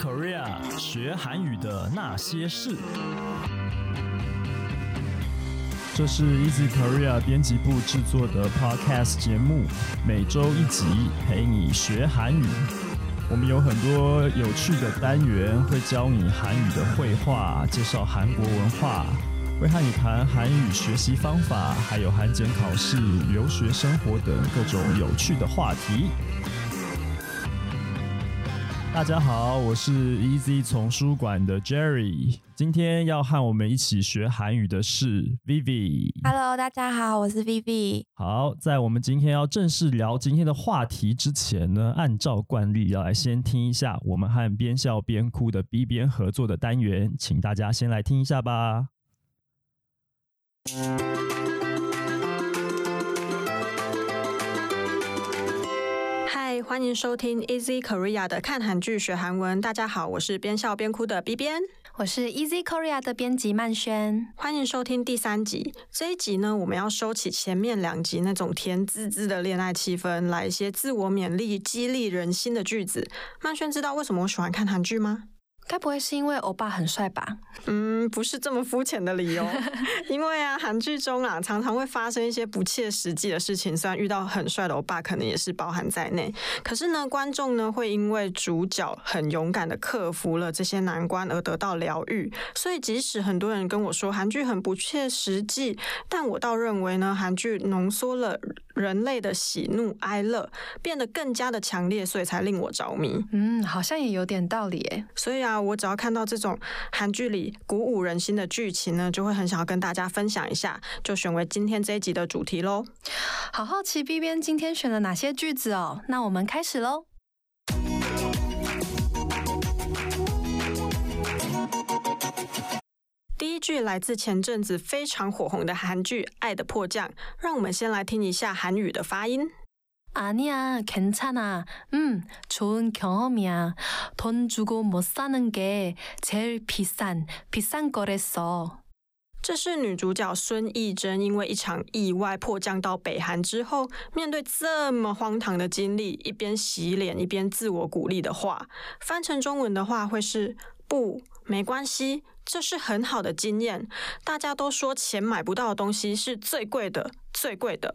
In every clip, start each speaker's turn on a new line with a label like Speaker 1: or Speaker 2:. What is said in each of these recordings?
Speaker 1: Korea 学韩语的那些事。这是 Easy Korea 编辑部制作的 podcast 节目，每周一集，陪你学韩语。我们有很多有趣的单元，会教你韩语的绘画，介绍韩国文化，会和你谈韩语学习方法，还有韩检考试、留学生活等各种有趣的话题。大家好，我是 Easy 丛书馆的 Jerry，今天要和我们一起学韩语的是 Vivi。
Speaker 2: Hello，大家好，我是 Vivi。
Speaker 1: 好，在我们今天要正式聊今天的话题之前呢，按照惯例要来先听一下我们和边笑边哭的 B 边合作的单元，请大家先来听一下吧。
Speaker 3: 嗨，欢迎收听 Easy Korea 的看韩剧学韩文。大家好，我是边笑边哭的 B 边，
Speaker 4: 我是 Easy Korea 的编辑曼轩。
Speaker 3: 欢迎收听第三集。这一集呢，我们要收起前面两集那种甜滋滋的恋爱气氛，来一些自我勉励、激励人心的句子。曼轩知道为什么我喜欢看韩剧吗？
Speaker 4: 该不会是因为欧巴很帅吧？
Speaker 3: 嗯，不是这么肤浅的理由，因为啊，韩剧中啊，常常会发生一些不切实际的事情。虽然遇到很帅的欧巴，可能也是包含在内，可是呢，观众呢会因为主角很勇敢的克服了这些难关而得到疗愈。所以，即使很多人跟我说韩剧很不切实际，但我倒认为呢，韩剧浓缩了人类的喜怒哀乐，变得更加的强烈，所以才令我着迷。
Speaker 4: 嗯，好像也有点道理耶。
Speaker 3: 所以啊，我只要看到这种韩剧里鼓舞人心的剧情呢，就会很想要跟大家分享一下，就选为今天这一集的主题喽。
Speaker 4: 好好奇 B 边今天选了哪些句子哦？那我们开始喽。
Speaker 3: 第一句来自前阵子非常火红的韩剧《爱的迫降》，让我们先来听一下韩语的发音。
Speaker 4: 아니야괜찮아음좋은경험이야돈주고못사는게제일비싼비싼거랬어
Speaker 3: 这是女主角孙艺珍因为一场意外迫降到北韩之后，面对这么荒唐的经历，一边洗脸一边自我鼓励的话。翻成中文的话会是“不，没关系，这是很好的经验。大家都说钱买不到的东西是最贵的，最贵的。”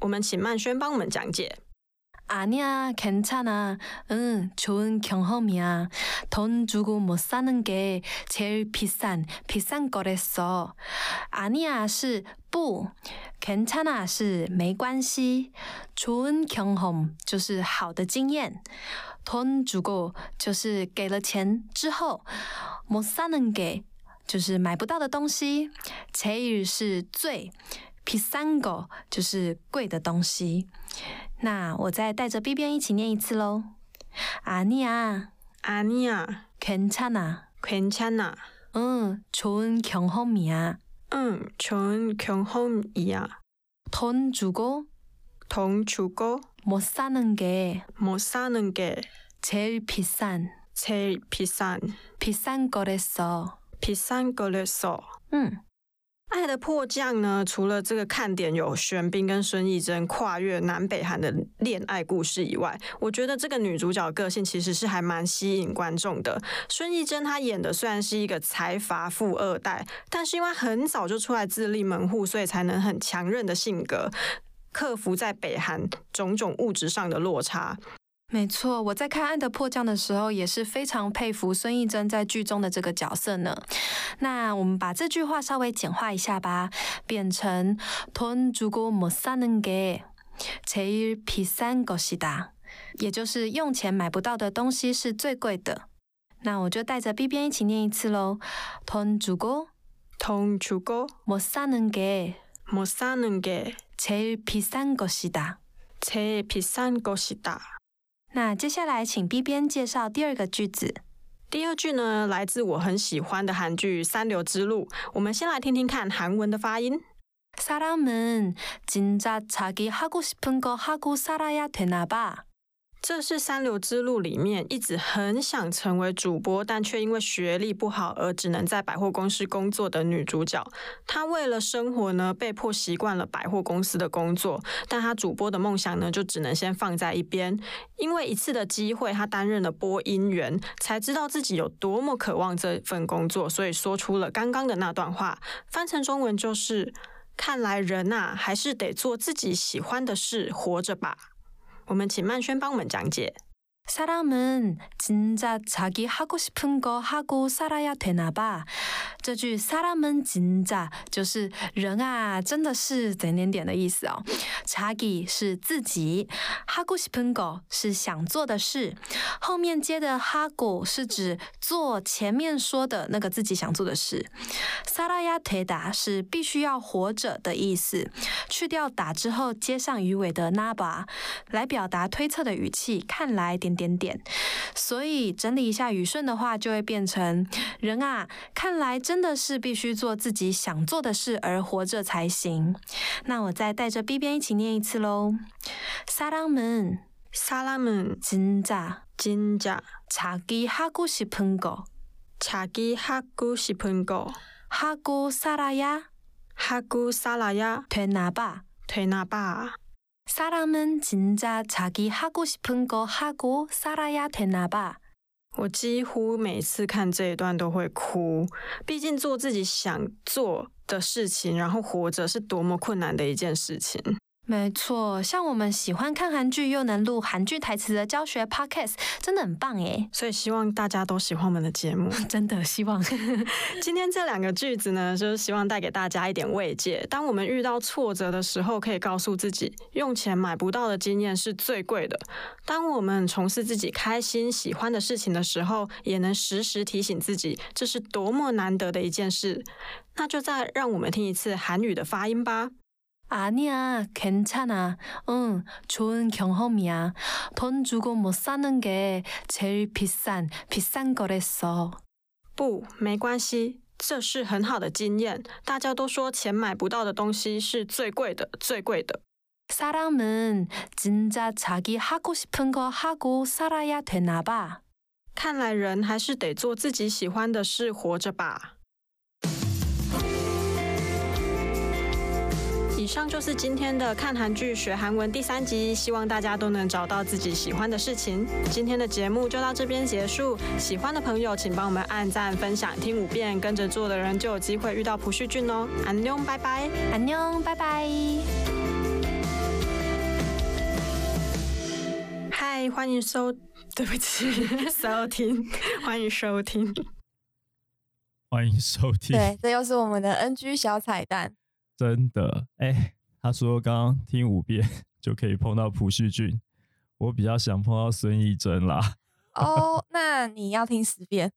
Speaker 3: 我们请曼轩帮我们讲解。
Speaker 4: 아니야괜찮아응좋은경험이야돈주고못사는게제일비싼비싼거랬어아니야是不，괜찮아是没关系，좋은경험就是好的经验，돈주고就是给了钱之后，못뭐사는게就是买不到的东西，제일是最。비싼거就是贵的东西。那我再带着 B 边一起念一次喽。아니야
Speaker 3: 아니야
Speaker 4: 괜찮아
Speaker 3: 괜찮아
Speaker 4: 응좋은경험이야
Speaker 3: 응좋嗯은경험이야
Speaker 4: 돈주고
Speaker 3: 돈주고
Speaker 4: 못사는게
Speaker 3: 못사는게
Speaker 4: 제일비싼
Speaker 3: 제일비싼
Speaker 4: 비싼거랬어
Speaker 3: 비싼거랬어
Speaker 4: 嗯。
Speaker 3: 《爱的迫降》呢，除了这个看点有玄彬跟孙艺珍跨越南北韩的恋爱故事以外，我觉得这个女主角个性其实是还蛮吸引观众的。孙艺珍她演的虽然是一个财阀富二代，但是因为很早就出来自立门户，所以才能很强韧的性格，克服在北韩种种物质上的落差。
Speaker 4: 没错，我在看《爱的迫降》的时候，也是非常佩服孙艺珍在剧中的这个角色呢。那我们把这句话稍微简化一下吧，变成돈주고못사는게제일비싼것이다，也就是用钱买不到的东西是最贵的。那我就带着 B 边一起念一次喽，돈주고
Speaker 3: 돈주고
Speaker 4: 못사는게
Speaker 3: 못사는게
Speaker 4: 제일비싼것이다，
Speaker 3: 제일비싼것이다。
Speaker 4: 那接下来请 B 边介绍第二个句子。
Speaker 3: 第二句呢，来自我很喜欢的韩剧《三流之路》。我们先来听听看韩文的发音。
Speaker 4: 사람은진짜자기하고싶은거하고살아야되나봐
Speaker 3: 这是三流之路里面一直很想成为主播，但却因为学历不好而只能在百货公司工作的女主角。她为了生活呢，被迫习惯了百货公司的工作，但她主播的梦想呢，就只能先放在一边。因为一次的机会，她担任了播音员，才知道自己有多么渴望这份工作，所以说出了刚刚的那段话。翻成中文就是：看来人呐、还是得做自己喜欢的事，活着吧。我们请曼轩帮我们讲解。
Speaker 4: 사람은 진짜 자기 하고 싶은 거 하고 살아야 되나 봐. 这句 사람은 진짜 就是人啊真的是点点点的意思哦 자기 是自己하고 싶은 거是想做的事后面接的 하고 是指做前面说的那个自己想做的事 살아야 되다 是必须要活着的意思去掉打之后接上鱼尾的那吧来表达推测的语气，看来点点点。所以整理一下语顺的话，就会变成：人啊，看来真的是必须做自己想做的事而活着才行。那我再带着 B 边一起念一次喽。사람은
Speaker 3: 사람은
Speaker 4: 진짜
Speaker 3: 진짜
Speaker 4: 자기하고싶은거
Speaker 3: 자기하고싶은거
Speaker 4: 하고살아야
Speaker 3: 하고살아야
Speaker 4: 되나봐
Speaker 3: 되나봐
Speaker 4: 사람은 진짜 자기 하고 싶은 거 하고 살아야 되나 봐.
Speaker 3: 我几乎每次看这一段都会哭，毕竟做自己想做的事情，然后活着是多么困难的一件事情。
Speaker 4: 没错，像我们喜欢看韩剧又能录韩剧台词的教学 podcast，真的很棒耶！
Speaker 3: 所以希望大家都喜欢我们的节目。
Speaker 4: 真的希 望
Speaker 3: 今天这两个句子呢，就是希望带给大家一点慰藉。当我们遇到挫折的时候，可以告诉自己，用钱买不到的经验是最贵的。当我们从事自己开心、喜欢的事情的时候，也能时时提醒自己，这是多么难得的一件事。那就再让我们听一次韩语的发音吧。
Speaker 4: 아니야, 괜찮아. 응, 좋은 경험이야. 돈 주고 못 사는 게 제일 비싼 비싼 거랬어.
Speaker 3: 不，没关系，这是很好的经验。大家都说钱买不到的东西是最贵的，最贵的。
Speaker 4: 사람은 진짜 자기 하고 싶은 거 하고 살아야 되나 봐.
Speaker 3: 看来人还是得做自己喜欢的事，活着吧。以上就是今天的看韩剧学韩文第三集，希望大家都能找到自己喜欢的事情。今天的节目就到这边结束，喜欢的朋友请帮我们按赞、分享、听五遍，跟着做的人就有机会遇到朴叙俊哦。安妞，拜拜。
Speaker 4: 안녕, 바이바이.
Speaker 3: 嗨，欢迎收，对不起， 收听， 欢迎收听。
Speaker 1: 欢迎收听。
Speaker 2: 对，这又是我们的 NG 小彩蛋。
Speaker 1: 真的，哎、他说刚刚听五遍 就可以碰到朴叙俊，我比较想碰到孙艺珍啦，
Speaker 2: 哦、那你要听十 遍，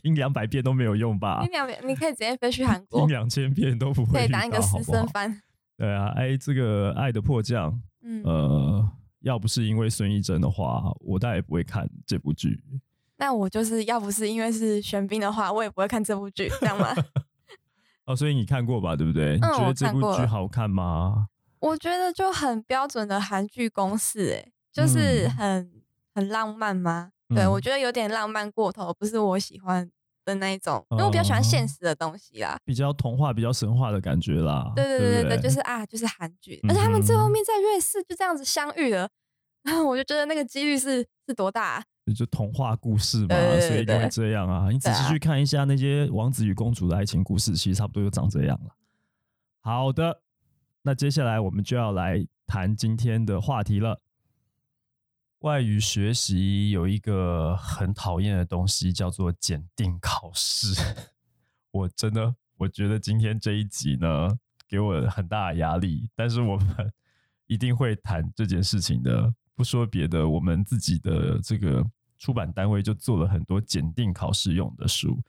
Speaker 1: 听两百遍都没有用吧
Speaker 2: 听？两遍，你可以直接飞去韩国
Speaker 1: 听，两千遍都不会
Speaker 2: 可以
Speaker 1: 遇到，
Speaker 2: 当一个
Speaker 1: 好
Speaker 2: 私
Speaker 1: 不好
Speaker 2: 生 饭。
Speaker 1: 对啊，哎、这个《爱的迫降》，
Speaker 2: 嗯，
Speaker 1: 呃，要不是因为孙艺珍的话，我大概也不会看这部剧。
Speaker 2: 那我就是要不是因为是玄彬的话，我也不会看这部剧，这样吗？
Speaker 1: 哦，所以你看过吧？对不对？你觉
Speaker 2: 嗯我
Speaker 1: 得这
Speaker 2: 看
Speaker 1: 部
Speaker 2: 过
Speaker 1: 剧
Speaker 2: 了
Speaker 1: 好看吗？
Speaker 2: 我觉得就很标准的韩剧公式、欸，就是
Speaker 1: 嗯
Speaker 2: 很、很浪漫吗？对
Speaker 1: 嗯
Speaker 2: 我觉得有点浪漫过头，不是我喜欢的那一种，因为我比较喜
Speaker 1: 哦
Speaker 2: 欢现实的东西啦。
Speaker 1: 比较童话、比较神话的感觉啦。
Speaker 2: 对对
Speaker 1: 对嗯
Speaker 2: 对
Speaker 1: 不
Speaker 2: 对，就是啊，就是韩剧，而且他们最后面在瑞士就这样子相遇了，然后我就觉得那个几率是是多大啊、
Speaker 1: 就童话故事嘛，
Speaker 2: 对对对
Speaker 1: 所以就会
Speaker 2: 对
Speaker 1: 这样啊。你仔
Speaker 2: 对
Speaker 1: 细
Speaker 2: 啊
Speaker 1: 去看一下那些王子与公主的爱情故事，其实差不多就长这样了。好的，那接下来我们就要来谈今天的话题了。外语学习有一个很讨厌的东西，叫做检定考试。 我真的，我觉得今天这一集呢，给我很大的压力，但是我们一定会谈这件事情的。不说别的，我们自己的这个出版单位就做了很多检定考试用的书。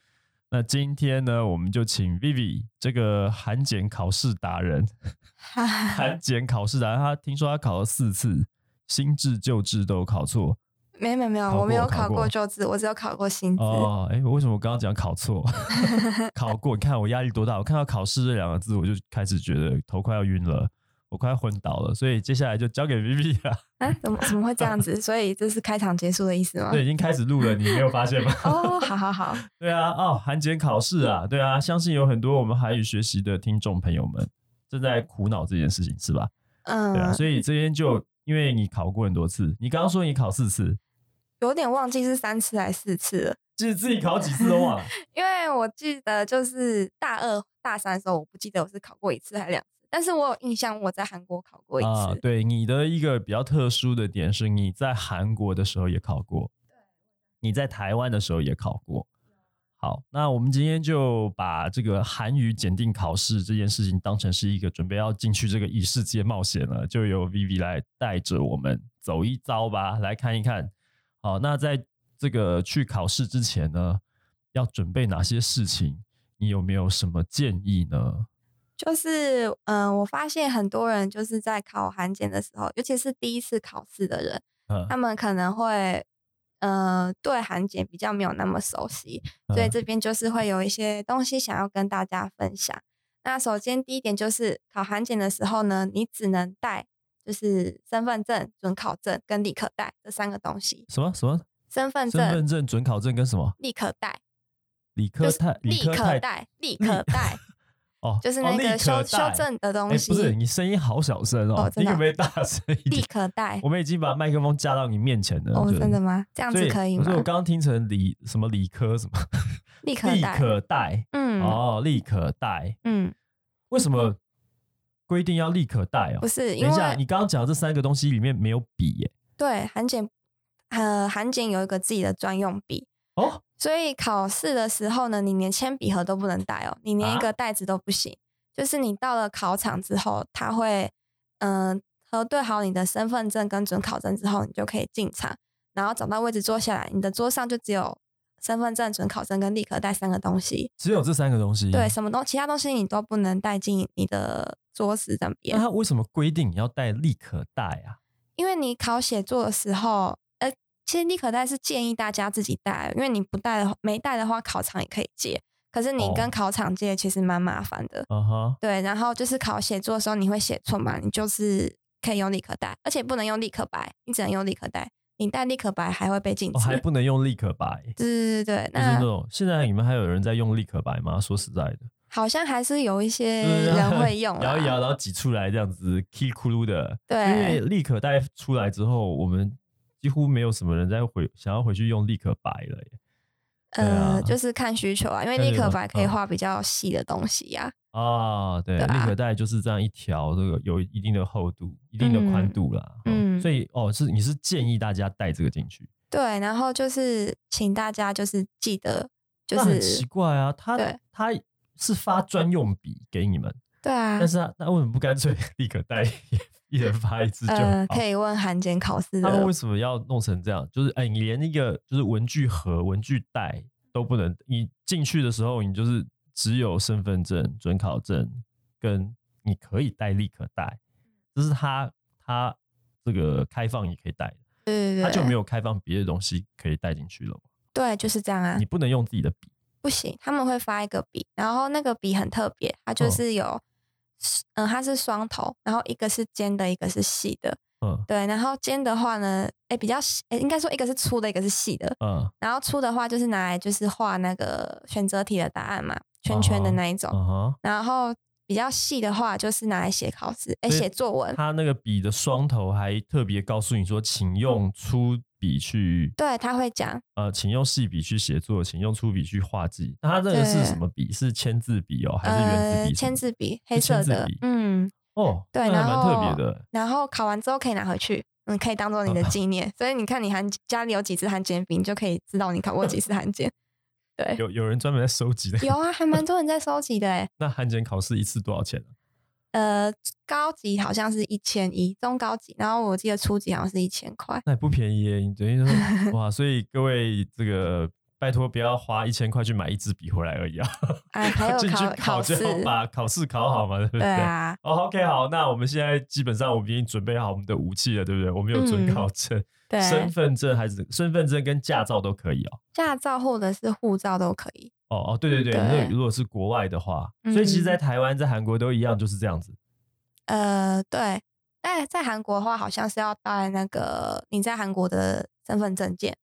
Speaker 1: 那今天呢，我们就请 Vivi 这个韩检考试达人， 韩检考试达人，他听说他考了四次，新制旧制都有考错
Speaker 2: 没有没有没有，
Speaker 1: 考过
Speaker 2: 我没有
Speaker 1: 考
Speaker 2: 考
Speaker 1: 过
Speaker 2: 过旧字，我只有考过新字。
Speaker 1: 哦。哎，为什么我刚刚讲考错？ 考过，你看我压力多大？我看到考试这两个字，我就开始觉得头快要晕了。我快昏倒了，所以接下来就交给 Vivi 了。
Speaker 2: 啊，怎么怎么会这样子？所以这是开场结束的意思吗？
Speaker 1: 对，已经开始录了，你没有发现吗？
Speaker 2: 哦，好好好，
Speaker 1: 对啊，哦，韩检考试啊，对啊，相信有很多我们韩语学习的听众朋友们正在苦恼这件事情，是吧？
Speaker 2: 嗯，
Speaker 1: 对啊，所以这边就因为你考过很多次，你刚刚说你考四次，
Speaker 2: 有点忘记是三次还是四次了，
Speaker 1: 其实自己考几次都忘了。
Speaker 2: 因为我记得就是大二、大三的时候，我不记得我是考过一次还是两次，但是我有印象我在韩国考过一次。
Speaker 1: 啊，对，你的一个比较特殊的点是，你在韩国的时候也考过，你在台湾的时候也考过。好，那我们今天就把这个韩语检定考试这件事情当成是一个准备要进去这个异世界冒险了，就由 Vivi 来带着我们走一遭吧，来看一看。好，那在这个去考试之前呢，要准备哪些事情？你有没有什么建议呢？
Speaker 2: 就是嗯、呃我发现很多人就是在考韩检的时候，尤其是第一次考试的人，
Speaker 1: 嗯
Speaker 2: 他们可能会呃对韩检比较没有那么熟悉，所以
Speaker 1: 嗯
Speaker 2: 这边就是会有一些东西想要跟大家分享。那首先第一点就是考韩检的时候呢，你只能带就是身份证、准考证跟立可带这三个东西。
Speaker 1: 什么什么
Speaker 2: 身份
Speaker 1: 身份
Speaker 2: 证、
Speaker 1: 证、准考证跟什么？
Speaker 2: 立可带，
Speaker 1: 理科
Speaker 2: 就是
Speaker 1: 太
Speaker 2: 立
Speaker 1: 科
Speaker 2: 可
Speaker 1: 太
Speaker 2: 带、立
Speaker 1: 立
Speaker 2: 可带，
Speaker 1: 哦，
Speaker 2: 就是
Speaker 1: 哦
Speaker 2: 那
Speaker 1: 立
Speaker 2: 个
Speaker 1: 可
Speaker 2: 修修
Speaker 1: 带
Speaker 2: 正的
Speaker 1: 哎
Speaker 2: 东西。
Speaker 1: 不是你声音好小声哦，
Speaker 2: 哦
Speaker 1: 你
Speaker 2: 真的
Speaker 1: 可不
Speaker 2: 哦
Speaker 1: 可以大声一
Speaker 2: 立
Speaker 1: 点？
Speaker 2: 可带
Speaker 1: 我。们已经把麦克风架到你面前了，
Speaker 2: 哦，
Speaker 1: 我觉
Speaker 2: 真的
Speaker 1: 得。
Speaker 2: 吗？这样
Speaker 1: 所
Speaker 2: 子
Speaker 1: 以
Speaker 2: 可以
Speaker 1: 我
Speaker 2: 吗
Speaker 1: 说？我刚刚听成理什么理科什么
Speaker 2: 立可
Speaker 1: 立
Speaker 2: 带，
Speaker 1: 可带
Speaker 2: 嗯
Speaker 1: 哦，立可带
Speaker 2: 嗯，
Speaker 1: 为什么规定要立可带哦
Speaker 2: 不？是，因
Speaker 1: 等一下，
Speaker 2: 为
Speaker 1: 你刚刚讲这三个东西里面没有笔耶？
Speaker 2: 对韩检，呃，韩检有一个自己的专用笔，
Speaker 1: 哦，
Speaker 2: 所以考试的时候呢，你连铅笔盒都不能带哦，你连一
Speaker 1: 啊
Speaker 2: 个袋子都不行。就是你到了考场之后，他会嗯、核对好你的身份证跟准考证之后，你就可以进场，然后找到位置坐下来。你的桌上就只有身份证、准考证跟立可带三个东西，
Speaker 1: 只有这三个东西。
Speaker 2: 对，什么东其他东西你都不能带进你的桌子这
Speaker 1: 那
Speaker 2: 边，
Speaker 1: 他为什么规定你要带立可带啊？
Speaker 2: 因为你考写作的时候。呃，其实立可带是建议大家自己带，因为你不带的话，没带的话，考场也可以借。可是你
Speaker 1: 哦
Speaker 2: 跟考场借其实蛮麻烦的。
Speaker 1: 啊哈，
Speaker 2: 对，然后就是考写作的时候你会写错嘛，你就是可以用立可带，而且不能用立可白，你只能用立可带。你带立可白还会被禁
Speaker 1: 我哦
Speaker 2: 止。
Speaker 1: 还不能用立可白。
Speaker 2: 对对
Speaker 1: 就是
Speaker 2: 对，
Speaker 1: 那
Speaker 2: 那
Speaker 1: 种，现在你们还有人在用立可白吗？说实在的，
Speaker 2: 好像还是有一些
Speaker 1: 就是
Speaker 2: 嗯人会用
Speaker 1: 啊 摇一摇，
Speaker 2: 啦。
Speaker 1: 然后挤出来这样子，叽咕噜的。
Speaker 2: 对
Speaker 1: 因为立可带出来之后，我们几乎没有什么人在回想要回去用立可白了耶。对啊
Speaker 2: 呃，就是看需求啊，因为
Speaker 1: 看
Speaker 2: 立
Speaker 1: 需求
Speaker 2: 可白可以
Speaker 1: 嗯
Speaker 2: 画比较细的东西呀、
Speaker 1: 啊，对，
Speaker 2: 对啊
Speaker 1: 立可带就是这样一条，这个有一定的厚度、一定的宽度啦。嗯，
Speaker 2: 嗯
Speaker 1: 所以哦，是你是建议大家带这个进去，
Speaker 2: 对，然后就是请大家就是记得，就
Speaker 1: 那很奇
Speaker 2: 是
Speaker 1: 怪啊，他
Speaker 2: 对
Speaker 1: 他是发专用笔给你们，
Speaker 2: 对啊
Speaker 1: 但，是他那为什么不干脆 立可带也一人发一支就
Speaker 2: 呃，
Speaker 1: 好
Speaker 2: 可以问韩检考试
Speaker 1: 他们为
Speaker 2: 的，
Speaker 1: 什么要弄成这样？就是哎、你连那个就是文具盒、文具袋都不能，你进去的时候，你就是只有身份证、准考证，跟你可以带立可带，这是他他这个开放你可以带的，
Speaker 2: 对对
Speaker 1: 他
Speaker 2: 对，
Speaker 1: 就没有开放别的东西可以带进去了嘛。
Speaker 2: 对，就是这样啊。
Speaker 1: 你不能用自己的笔
Speaker 2: 不行，他们会发一个笔，然后那个笔很特别，它就
Speaker 1: 嗯
Speaker 2: 是有，嗯、它是双头，然后一个是尖的，一个是细的，
Speaker 1: 嗯
Speaker 2: 对，然后尖的话呢，哎，比较细，哎，应该说一个是粗的，一个是细的，
Speaker 1: 嗯
Speaker 2: 然后粗的话就是拿来就是画那个选择题的答案嘛，圈圈的
Speaker 1: 啊哈
Speaker 2: 那一种，
Speaker 1: 嗯哼，
Speaker 2: 然后比较细的话就是拿来写考试，哎，
Speaker 1: 所以
Speaker 2: 写作文，
Speaker 1: 他那个笔的双头还特别告诉你说，请用粗笔去
Speaker 2: 对，他会讲，
Speaker 1: 呃，请用细笔去写作，请用粗笔去画记。那它这个是
Speaker 2: 对
Speaker 1: 什么笔？是铅字笔哦，还是圆
Speaker 2: 呃
Speaker 1: 字笔，什么？
Speaker 2: 签字笔，
Speaker 1: 是
Speaker 2: 黑色
Speaker 1: 签字
Speaker 2: 的
Speaker 1: 笔，
Speaker 2: 嗯，
Speaker 1: 哦，
Speaker 2: 对
Speaker 1: 那还
Speaker 2: 然
Speaker 1: 蛮特别
Speaker 2: 后
Speaker 1: 的。
Speaker 2: 然后考完之后可以拿回去，嗯，可以当做你的
Speaker 1: 哦
Speaker 2: 纪念。所以你看，你韩家里有几次韩检饼，你就可以知道你考过几次韩检。对，
Speaker 1: 有有人专门在收集的。
Speaker 2: 有啊，还蛮多人在收集的诶。
Speaker 1: 那汉检考试一次多少钱啊？
Speaker 2: 呃，高级好像是一千一，中高级，然后我记得初级好像是一千块。
Speaker 1: 那也不便宜耶，你等于 说哇，所以各位这个拜托不要花一千块去买一支笔回来而已啊。
Speaker 2: 哎，还有
Speaker 1: 进去
Speaker 2: 考考
Speaker 1: 就
Speaker 2: 试，
Speaker 1: 要把考试考好嘛，对不
Speaker 2: 对啊，
Speaker 1: 哦，OK，好，那我们现在基本上我们已经准备好我们的武器了，对不对？我们有准
Speaker 2: 嗯
Speaker 1: 考证、
Speaker 2: 对，
Speaker 1: 身份证还是身份证跟驾照都可以哦。
Speaker 2: 驾照或者是护照都可以。
Speaker 1: 哦哦，对对对，
Speaker 2: 嗯对嗯
Speaker 1: 那如果是国外的话，所以其实，在台湾、在韩国都一样，就是这样子。
Speaker 2: 呃，对，在在韩国的话，好像是要带那个你在韩国的身份证件，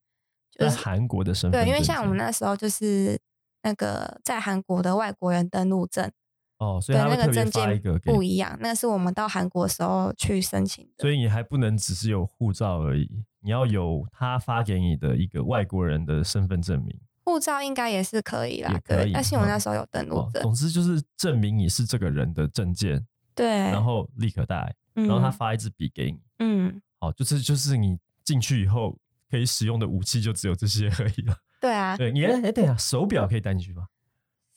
Speaker 2: 就
Speaker 1: 在
Speaker 2: 是
Speaker 1: 韩国的身份
Speaker 2: 对，
Speaker 1: 证件，
Speaker 2: 因为像我们那时候就是那个在韩国的外国人登录证，
Speaker 1: 哦，所
Speaker 2: 对，
Speaker 1: 以他
Speaker 2: 那
Speaker 1: 会特
Speaker 2: 个
Speaker 1: 别
Speaker 2: 证
Speaker 1: 发一
Speaker 2: 件
Speaker 1: 个给
Speaker 2: 不一样，那是我们到韩国的时候去申请的。
Speaker 1: 所以你还不能只是有护照而已，你要有他发给你的一个外国人的身份证明。
Speaker 2: 护照应该也是可以
Speaker 1: 也
Speaker 2: 啦，
Speaker 1: 可
Speaker 2: 对
Speaker 1: 以。
Speaker 2: 但是我
Speaker 1: 嗯
Speaker 2: 那时候有登录
Speaker 1: 哦，
Speaker 2: 证，
Speaker 1: 总之就是证明你是这个人的证件，
Speaker 2: 对，
Speaker 1: 然
Speaker 2: 然
Speaker 1: 后立刻带，
Speaker 2: 然
Speaker 1: 然后他发一支笔给你。
Speaker 2: 嗯，
Speaker 1: 好，就是就是你进去以后可以使用的武器就只有这些而已了。
Speaker 2: 对啊，
Speaker 1: 对，你哎、哎等一下，手表可以带进去吗？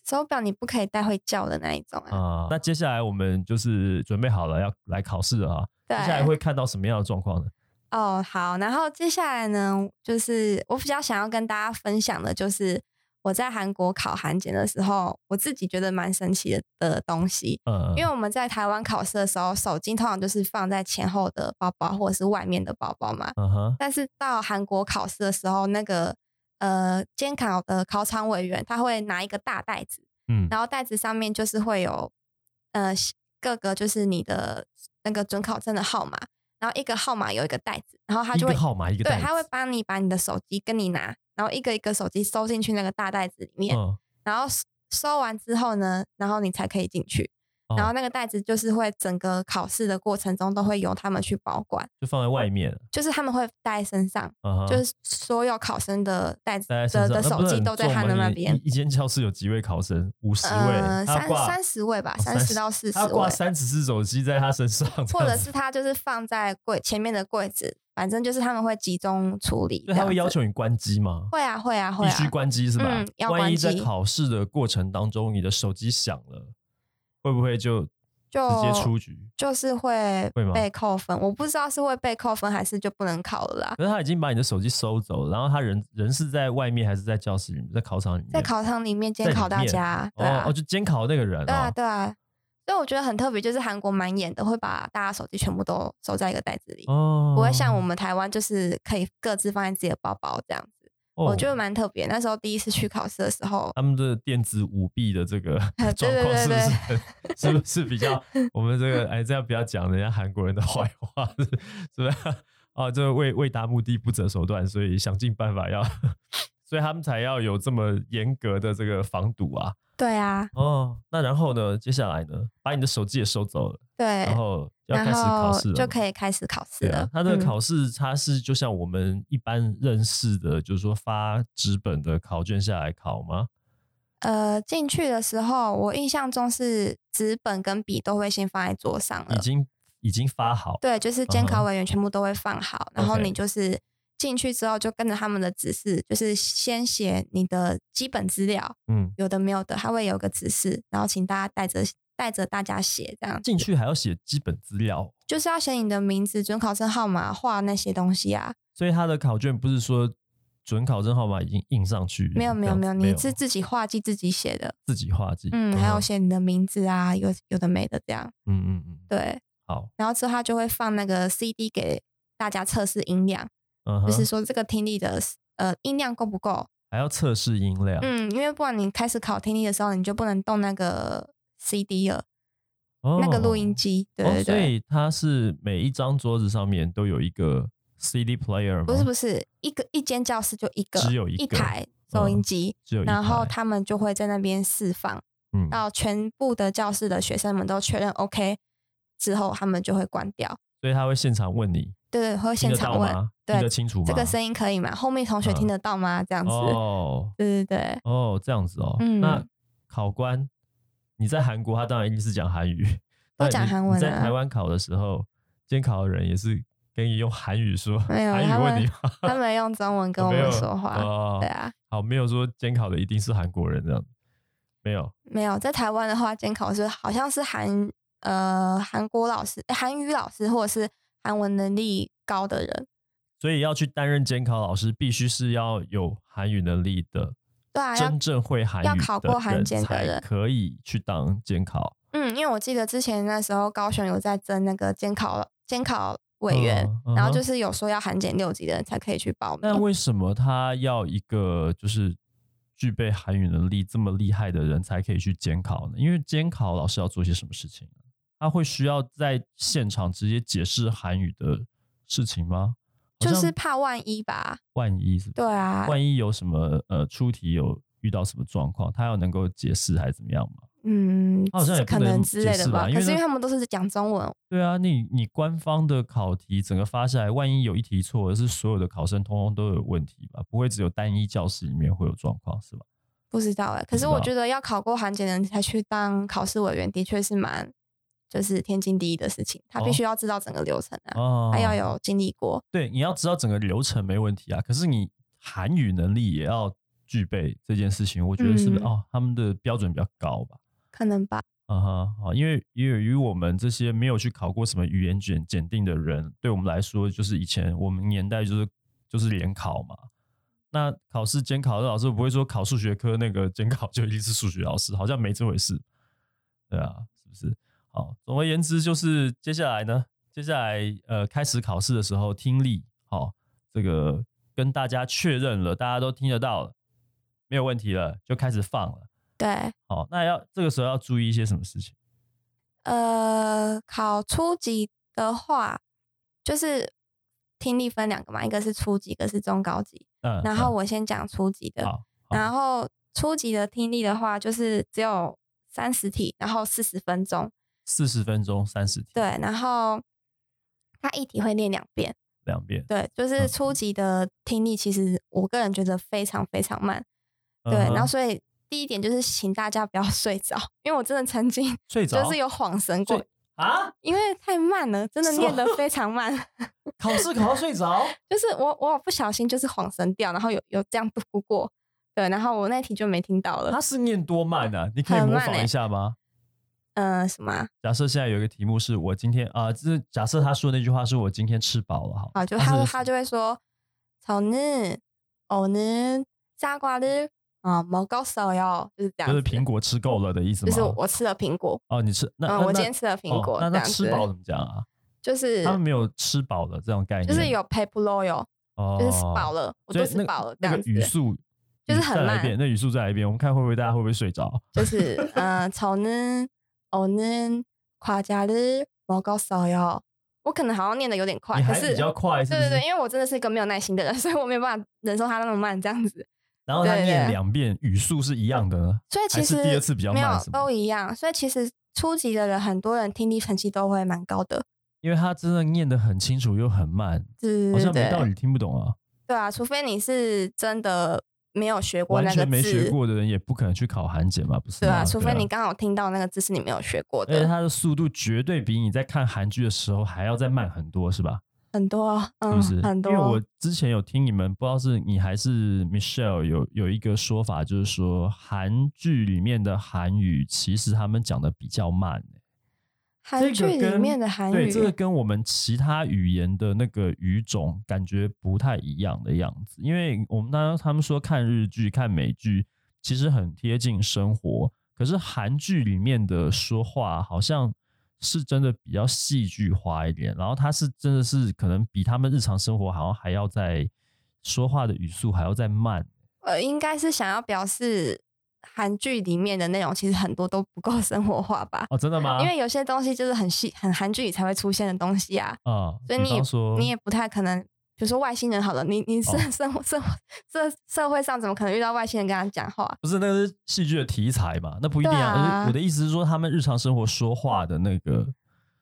Speaker 2: 手表你不可以带会叫的那一种啊，
Speaker 1: 啊、那接下来我们就是准备好了要来考试了啊。接
Speaker 2: 对。
Speaker 1: 下来会看到什么样的状况呢？
Speaker 2: 哦，好，然后接下来呢，就是我比较想要跟大家分享的，就是我在韩国考韩检的时候，我自己觉得蛮神奇的的东西。
Speaker 1: 呃，
Speaker 2: 因为我们在台湾考试的时候，手机通常就是放在前后的包包或者是外面的包包嘛。
Speaker 1: 嗯哼，
Speaker 2: 但是到韩国考试的时候，那个呃监考的考场委员他会拿一个大袋子，
Speaker 1: 嗯，
Speaker 2: 然后袋子上面就是会有呃各个就是你的那个准考证的号码，然后一个号码有一个袋子，然后他
Speaker 1: 一
Speaker 2: 就
Speaker 1: 个
Speaker 2: 会
Speaker 1: 号码一个
Speaker 2: 对，
Speaker 1: 袋子，
Speaker 2: 他会帮你把你的手机跟你拿，然后一个一个手机收进去那个大袋子里面，
Speaker 1: 嗯，
Speaker 2: 然后收收完之后呢，然后你才可以进去。然
Speaker 1: 哦
Speaker 2: 后那个袋子就是会整个考试的过程中都会由他们去保管，
Speaker 1: 就放在外面，
Speaker 2: 就是他们会带在身上，
Speaker 1: 嗯哼，
Speaker 2: 就是所有考生的袋子
Speaker 1: 带在
Speaker 2: 的
Speaker 1: 身上，
Speaker 2: 的
Speaker 1: 那
Speaker 2: 手
Speaker 1: 呃不是
Speaker 2: 机
Speaker 1: 很
Speaker 2: 都在
Speaker 1: 重
Speaker 2: 他
Speaker 1: 吗
Speaker 2: 们那
Speaker 1: 你
Speaker 2: 边
Speaker 1: 一。一间教室有几位考生？五十
Speaker 2: 呃，
Speaker 1: 位，他
Speaker 2: 三
Speaker 1: 挂
Speaker 2: 三十位吧，
Speaker 1: 哦
Speaker 2: 三十
Speaker 1: 30
Speaker 2: 到四十
Speaker 1: 他挂
Speaker 2: 位，
Speaker 1: 三十只手机在他身上，
Speaker 2: 或
Speaker 1: 这
Speaker 2: 者
Speaker 1: 样子
Speaker 2: 是他就是放在柜前面的柜子，反正就是他们会集中处理。
Speaker 1: 所以他会要
Speaker 2: 这样子
Speaker 1: 求你关机吗？
Speaker 2: 会啊，会啊，会
Speaker 1: 必
Speaker 2: 啊，
Speaker 1: 须关机是吧？
Speaker 2: 嗯要
Speaker 1: 万一
Speaker 2: 关
Speaker 1: 在
Speaker 2: 机
Speaker 1: 考试的过程当中，你的手机响了，会不会就直
Speaker 2: 就
Speaker 1: 接出局？
Speaker 2: 就是会
Speaker 1: 会吗
Speaker 2: 被扣分，我不知道是会被扣分还是就不能考了啦。
Speaker 1: 可是他已经把你的手机收走了，然后他人人是在外面还是在教室里面，在考场里面？
Speaker 2: 在考场里面
Speaker 1: 在
Speaker 2: 监
Speaker 1: 里
Speaker 2: 考大
Speaker 1: 面
Speaker 2: 家，对
Speaker 1: 哦
Speaker 2: 啊
Speaker 1: 哦，，就监考那个人
Speaker 2: 对啊，
Speaker 1: 哦。
Speaker 2: 对啊。所以我觉得很特别，就是韩国蛮严的，会把大家手机全部都收在一个袋子里，
Speaker 1: 哦，
Speaker 2: 不会像我们台湾就是可以各自放在自己的包包这样子。
Speaker 1: 哦，啊
Speaker 2: 我觉得蛮特别。那时候第一次去考试的时候，
Speaker 1: 他们的电子舞弊的这个
Speaker 2: 对
Speaker 1: 状
Speaker 2: 对
Speaker 1: 况
Speaker 2: 对
Speaker 1: 是不是
Speaker 2: 对
Speaker 1: 很 是不是比较我们这个哎这样不要讲人家韩国人的坏话是是不是啊？这个为为达目的不择手段，所以想尽办法要， 所以他们才要有这么严格的这个防堵啊。
Speaker 2: 对啊，
Speaker 1: 哦，那然后呢？接下来呢？把你的手机也收走了，
Speaker 2: 对，
Speaker 1: 然后要开
Speaker 2: 然
Speaker 1: 始考
Speaker 2: 后
Speaker 1: 试了
Speaker 2: 就
Speaker 1: 吗，
Speaker 2: 可以开始考试
Speaker 1: 对
Speaker 2: 了
Speaker 1: 啊。，他的
Speaker 2: 嗯
Speaker 1: 考试它是就像我们一般认识的，就是说发纸本的考卷下来考吗？
Speaker 2: 呃，进去的时候，我印象中是纸本跟笔都会先放在桌上
Speaker 1: 已
Speaker 2: 了。
Speaker 1: 经已经发好，
Speaker 2: 呃对，就是监
Speaker 1: 嗯
Speaker 2: 考
Speaker 1: 哼
Speaker 2: 委员全部都会放好，然后
Speaker 1: OK
Speaker 2: 你就是进去之后就跟着他们的指示，就是先写你的基本资料，
Speaker 1: 嗯，
Speaker 2: 有的没有的，他会有个指示，然后请大家带着带着大家写，这样
Speaker 1: 进去还要写基本资料，
Speaker 2: 就是要写你的名字、准考证号码、画那些东西啊。
Speaker 1: 所以他的考卷不是说准考证号码已经印上去，
Speaker 2: 没有没有
Speaker 1: 嗯这
Speaker 2: 没有，
Speaker 1: 样子
Speaker 2: 你是自己画记自己写的，
Speaker 1: 自己画记，
Speaker 2: 嗯，还有
Speaker 1: 哼
Speaker 2: 写你的名字啊，有有的没的这样，
Speaker 1: 嗯嗯嗯，
Speaker 2: 对。
Speaker 1: 好，
Speaker 2: 然后之后他就会放那个 CD 给大家测试音量，
Speaker 1: 嗯哼，
Speaker 2: 就是说这个听力的呃音量够不够，
Speaker 1: 还要测试音量，
Speaker 2: 嗯，因为不然你开始考听力的时候，你就不能动那个 CD 了，
Speaker 1: 哦
Speaker 2: 那个录音，机。对
Speaker 1: 哦
Speaker 2: 对
Speaker 1: 所
Speaker 2: 对，
Speaker 1: 以它是每一张桌子上面都有一个 CD player，吗
Speaker 2: 不是不是，一个一间教室就一个，
Speaker 1: 哦只有一
Speaker 2: 一
Speaker 1: 个嗯
Speaker 2: 台收音机，
Speaker 1: 只有一
Speaker 2: 然后
Speaker 1: 台
Speaker 2: 他们就会在那边释放
Speaker 1: 嗯，
Speaker 2: 到全部的教室的学生们都确认 OK 之后，他们就会关掉。
Speaker 1: 所以他会现场问你，
Speaker 2: 对对，会
Speaker 1: 听
Speaker 2: 现
Speaker 1: 得
Speaker 2: 场
Speaker 1: 到
Speaker 2: 问
Speaker 1: 吗？
Speaker 2: 对
Speaker 1: 听得清楚吗？
Speaker 2: 这个声音可以吗？后面同学听
Speaker 1: 嗯
Speaker 2: 得到吗？这样子，
Speaker 1: 哦
Speaker 2: 对对对，
Speaker 1: 哦，这样子哦。
Speaker 2: 嗯
Speaker 1: 那考官，你在韩国，他当然一定是讲韩语，
Speaker 2: 都
Speaker 1: 那
Speaker 2: 讲
Speaker 1: 你
Speaker 2: 韩文
Speaker 1: 你在
Speaker 2: 啊
Speaker 1: 台湾考的时候，监考的人也是跟你用韩语说，
Speaker 2: 没有
Speaker 1: 韩
Speaker 2: 他
Speaker 1: 语问
Speaker 2: 们
Speaker 1: 你吗？
Speaker 2: 他们用中文跟我
Speaker 1: 没有
Speaker 2: 们说话，
Speaker 1: 哦
Speaker 2: 对，啊。
Speaker 1: 好，没有说监考的一定是韩国人这样，没有
Speaker 2: 没有，在台湾的话，监考是好像是韩呃韩国老师、诶韩语老师或者是韩文能力高的人，
Speaker 1: 所以要去担任监考老师，必须是要有韩语能力的，
Speaker 2: 对啊，要
Speaker 1: 真正会韩语
Speaker 2: 要考
Speaker 1: 的
Speaker 2: 过韩
Speaker 1: 人
Speaker 2: 检的
Speaker 1: 才
Speaker 2: 人
Speaker 1: 可以去当监考
Speaker 2: 嗯，因为我记得之前那时候高雄有在争那个监考监考委员，
Speaker 1: 嗯
Speaker 2: 然
Speaker 1: 嗯哼
Speaker 2: 后就是有说要韩检六级的人才可以去报
Speaker 1: 那
Speaker 2: 名。
Speaker 1: 为什么他要一个就是具备韩语能力这么厉害的人才可以去监考呢？因为监考老师要做些什么事情？啊他会需要在现场直接解释韩语的事情吗？好
Speaker 2: 就
Speaker 1: 像
Speaker 2: 是怕万一吧。
Speaker 1: 万一是不是
Speaker 2: 对啊，
Speaker 1: 万一有什么呃出题有遇到什么状况，他要能够解释还是怎么样嘛？
Speaker 2: 嗯
Speaker 1: 好像也，不
Speaker 2: 可
Speaker 1: 能
Speaker 2: 能之
Speaker 1: 解
Speaker 2: 类的
Speaker 1: 释吧
Speaker 2: 吧。
Speaker 1: 因
Speaker 2: 可
Speaker 1: 为
Speaker 2: 是因
Speaker 1: 那
Speaker 2: 为他们都是讲中文，
Speaker 1: 对啊，你你官方的考题整个发下来，万一有一题错，是所有的考生通通都有问题吧？不会只有单一教室里面会有状况是吧？
Speaker 2: 不知道哎、
Speaker 1: 不
Speaker 2: 可
Speaker 1: 知
Speaker 2: 是我
Speaker 1: 道
Speaker 2: 觉得要考过韩检的人才去当考试委员，的确是蛮就是天经地义的事情。他
Speaker 1: 哦
Speaker 2: 必须要知道整个流程啊，
Speaker 1: 哦，
Speaker 2: 他要有经历过。
Speaker 1: 对，你要知道整个流程没问题啊，可是你韩语能力也要具备这件事情，我觉得是不是、
Speaker 2: 嗯
Speaker 1: 哦，他们的标准比较高吧？
Speaker 2: 可能吧，
Speaker 1: 啊哈，好，因为也有于我们这些没有去考过什么语言检检定的人，对我们来说，就是以前我们年代就是就是联考嘛。那考试监考的老师不会说考数学科那个监考就一定是数学老师，好像没这回事。对啊，是不是？好，总而言之，就是接下来呢，接下来呃开始考试的时候，听力好、这个跟大家确认了，大家都听得到了，没有问题了，就开始放了。
Speaker 2: 对，
Speaker 1: 好，那要这个时候要注意一些什么事情？
Speaker 2: 呃，考初级的话，就是听力分两个嘛，一个是初级，一个是中高级。
Speaker 1: 嗯，
Speaker 2: 然后
Speaker 1: 嗯
Speaker 2: 我先讲初级的，
Speaker 1: 好，
Speaker 2: 然后初级的听力的话，就是只有三十题，然后四十分钟，
Speaker 1: 四十分钟三十题，
Speaker 2: 对，，然后他一题会念两遍，
Speaker 1: 两遍，
Speaker 2: 对，就
Speaker 1: 嗯
Speaker 2: 是初级的听力，其实我个人觉得非常非常慢，对，
Speaker 1: 嗯哼
Speaker 2: 然后所以第一点就是请大家不要 睡着，因为我真的 曾经
Speaker 1: 睡着
Speaker 2: 就是有晃神过
Speaker 1: 睡，啊，
Speaker 2: 因为太慢了，真的
Speaker 1: 什
Speaker 2: 念得
Speaker 1: 么
Speaker 2: 非常慢，
Speaker 1: 考试考到睡着，
Speaker 2: 就是我我有不小心就是晃神掉，然后有有这样度过，对，然后我那题就没听到了
Speaker 1: 他，是念多慢啊？你可以
Speaker 2: 很
Speaker 1: 模
Speaker 2: 慢
Speaker 1: 仿
Speaker 2: 欸
Speaker 1: 一下吗？
Speaker 2: 嗯、什么啊、
Speaker 1: 假设现在有一个题目是我今天啊，就是假设他说那句话是我今天吃饱了，好，
Speaker 2: 好，就他
Speaker 1: 啊是
Speaker 2: 会他就会说，哦从日오늘사과를아먹었어요，就是这样
Speaker 1: 就
Speaker 2: 子，
Speaker 1: 是苹果吃够了的意思
Speaker 2: 就
Speaker 1: 吗？
Speaker 2: 是我吃了苹果，
Speaker 1: 哦，你吃那
Speaker 2: 嗯
Speaker 1: 那
Speaker 2: 我今天
Speaker 1: 那
Speaker 2: 吃了苹
Speaker 1: 哦
Speaker 2: 果
Speaker 1: 那
Speaker 2: 这
Speaker 1: 那
Speaker 2: 样
Speaker 1: 吃
Speaker 2: 子
Speaker 1: 饱怎么讲啊？
Speaker 2: 就是
Speaker 1: 他们没有吃饱的这种概念，
Speaker 2: 就是有 p a p l o y a l
Speaker 1: 哦，
Speaker 2: 就是饱了，我
Speaker 1: 所
Speaker 2: 都
Speaker 1: 以那
Speaker 2: 吃饱了这
Speaker 1: 那
Speaker 2: 样
Speaker 1: 个
Speaker 2: 子
Speaker 1: 语，速
Speaker 2: 就是
Speaker 1: 语
Speaker 2: 很
Speaker 1: 再来一
Speaker 2: 慢
Speaker 1: 遍那语速再来一遍，我们看会不会大家会不会睡着？
Speaker 2: 就是呃，哦从日오늘과자를먹었어요。我可能好像念的有点快，
Speaker 1: 你
Speaker 2: 可
Speaker 1: 还
Speaker 2: 是
Speaker 1: 比较快，是
Speaker 2: 对
Speaker 1: 不
Speaker 2: 对
Speaker 1: 是？
Speaker 2: 对，因为我真的是一个没有耐心的人， 所以我没有办法忍受他那么慢这样子。
Speaker 1: 然后他
Speaker 2: 对
Speaker 1: 念
Speaker 2: 对
Speaker 1: 两遍，语速是一样的呢。
Speaker 2: 所以
Speaker 1: 还
Speaker 2: 其
Speaker 1: 是
Speaker 2: 实
Speaker 1: 第二次比较
Speaker 2: 没有
Speaker 1: 慢是吗
Speaker 2: 都一样。所以其实初级的人，很多人听力成绩都会蛮高的，
Speaker 1: 因为他真的念得很清楚又很慢，
Speaker 2: 是
Speaker 1: 好像没
Speaker 2: 嗯对
Speaker 1: 道理听不懂啊。
Speaker 2: 对啊，除非你是真的没有学过
Speaker 1: 完
Speaker 2: 那个
Speaker 1: 全没学
Speaker 2: 字，
Speaker 1: 过的人也不可能去考韩检嘛，不是
Speaker 2: 对
Speaker 1: 吗？
Speaker 2: 啊，除非你刚好听到那个字是你没有学过
Speaker 1: 而且
Speaker 2: 的，
Speaker 1: 他的速度绝对比你在看韩剧的时候还要再慢很多，是吧？
Speaker 2: 很多，
Speaker 1: 是
Speaker 2: 嗯
Speaker 1: 不，是？
Speaker 2: 很多。
Speaker 1: 因为我之前有听你们，不知道是你还是 Michelle 有有一个说法，就是说韩剧里面的韩语其实他们讲的比较慢、欸
Speaker 2: 韩剧
Speaker 1: 这个
Speaker 2: 里
Speaker 1: 跟
Speaker 2: 面的韩
Speaker 1: 对，
Speaker 2: 语，
Speaker 1: 这个跟我们其他语言的那个语种感觉不太一样的样子，因为我们当他们说看日剧、看美剧，其实很贴近生活，可是韩剧里面的说话好像是真的比较戏剧化一点，然后它是真的是可能比他们日常生活好像还要在说话的语速还要再慢，
Speaker 2: 呃，应该是想要表示韩剧里面的内容，其实很多都不够生活化吧。
Speaker 1: 哦，真的吗？
Speaker 2: 因为有些东西就是很细、很韩剧里才会出现的东西啊，
Speaker 1: 啊，
Speaker 2: 所以
Speaker 1: 比
Speaker 2: 你也
Speaker 1: 方说
Speaker 2: 你也不太可能，比如说外星人好了，你你
Speaker 1: 哦
Speaker 2: 是 生活生活这社会上怎么可能遇到外星人跟他讲话？
Speaker 1: 不是，那个是戏剧的题材嘛，那不一定
Speaker 2: 对
Speaker 1: 啊。
Speaker 2: 啊
Speaker 1: 我的意思是说，他们日常生活说话的那个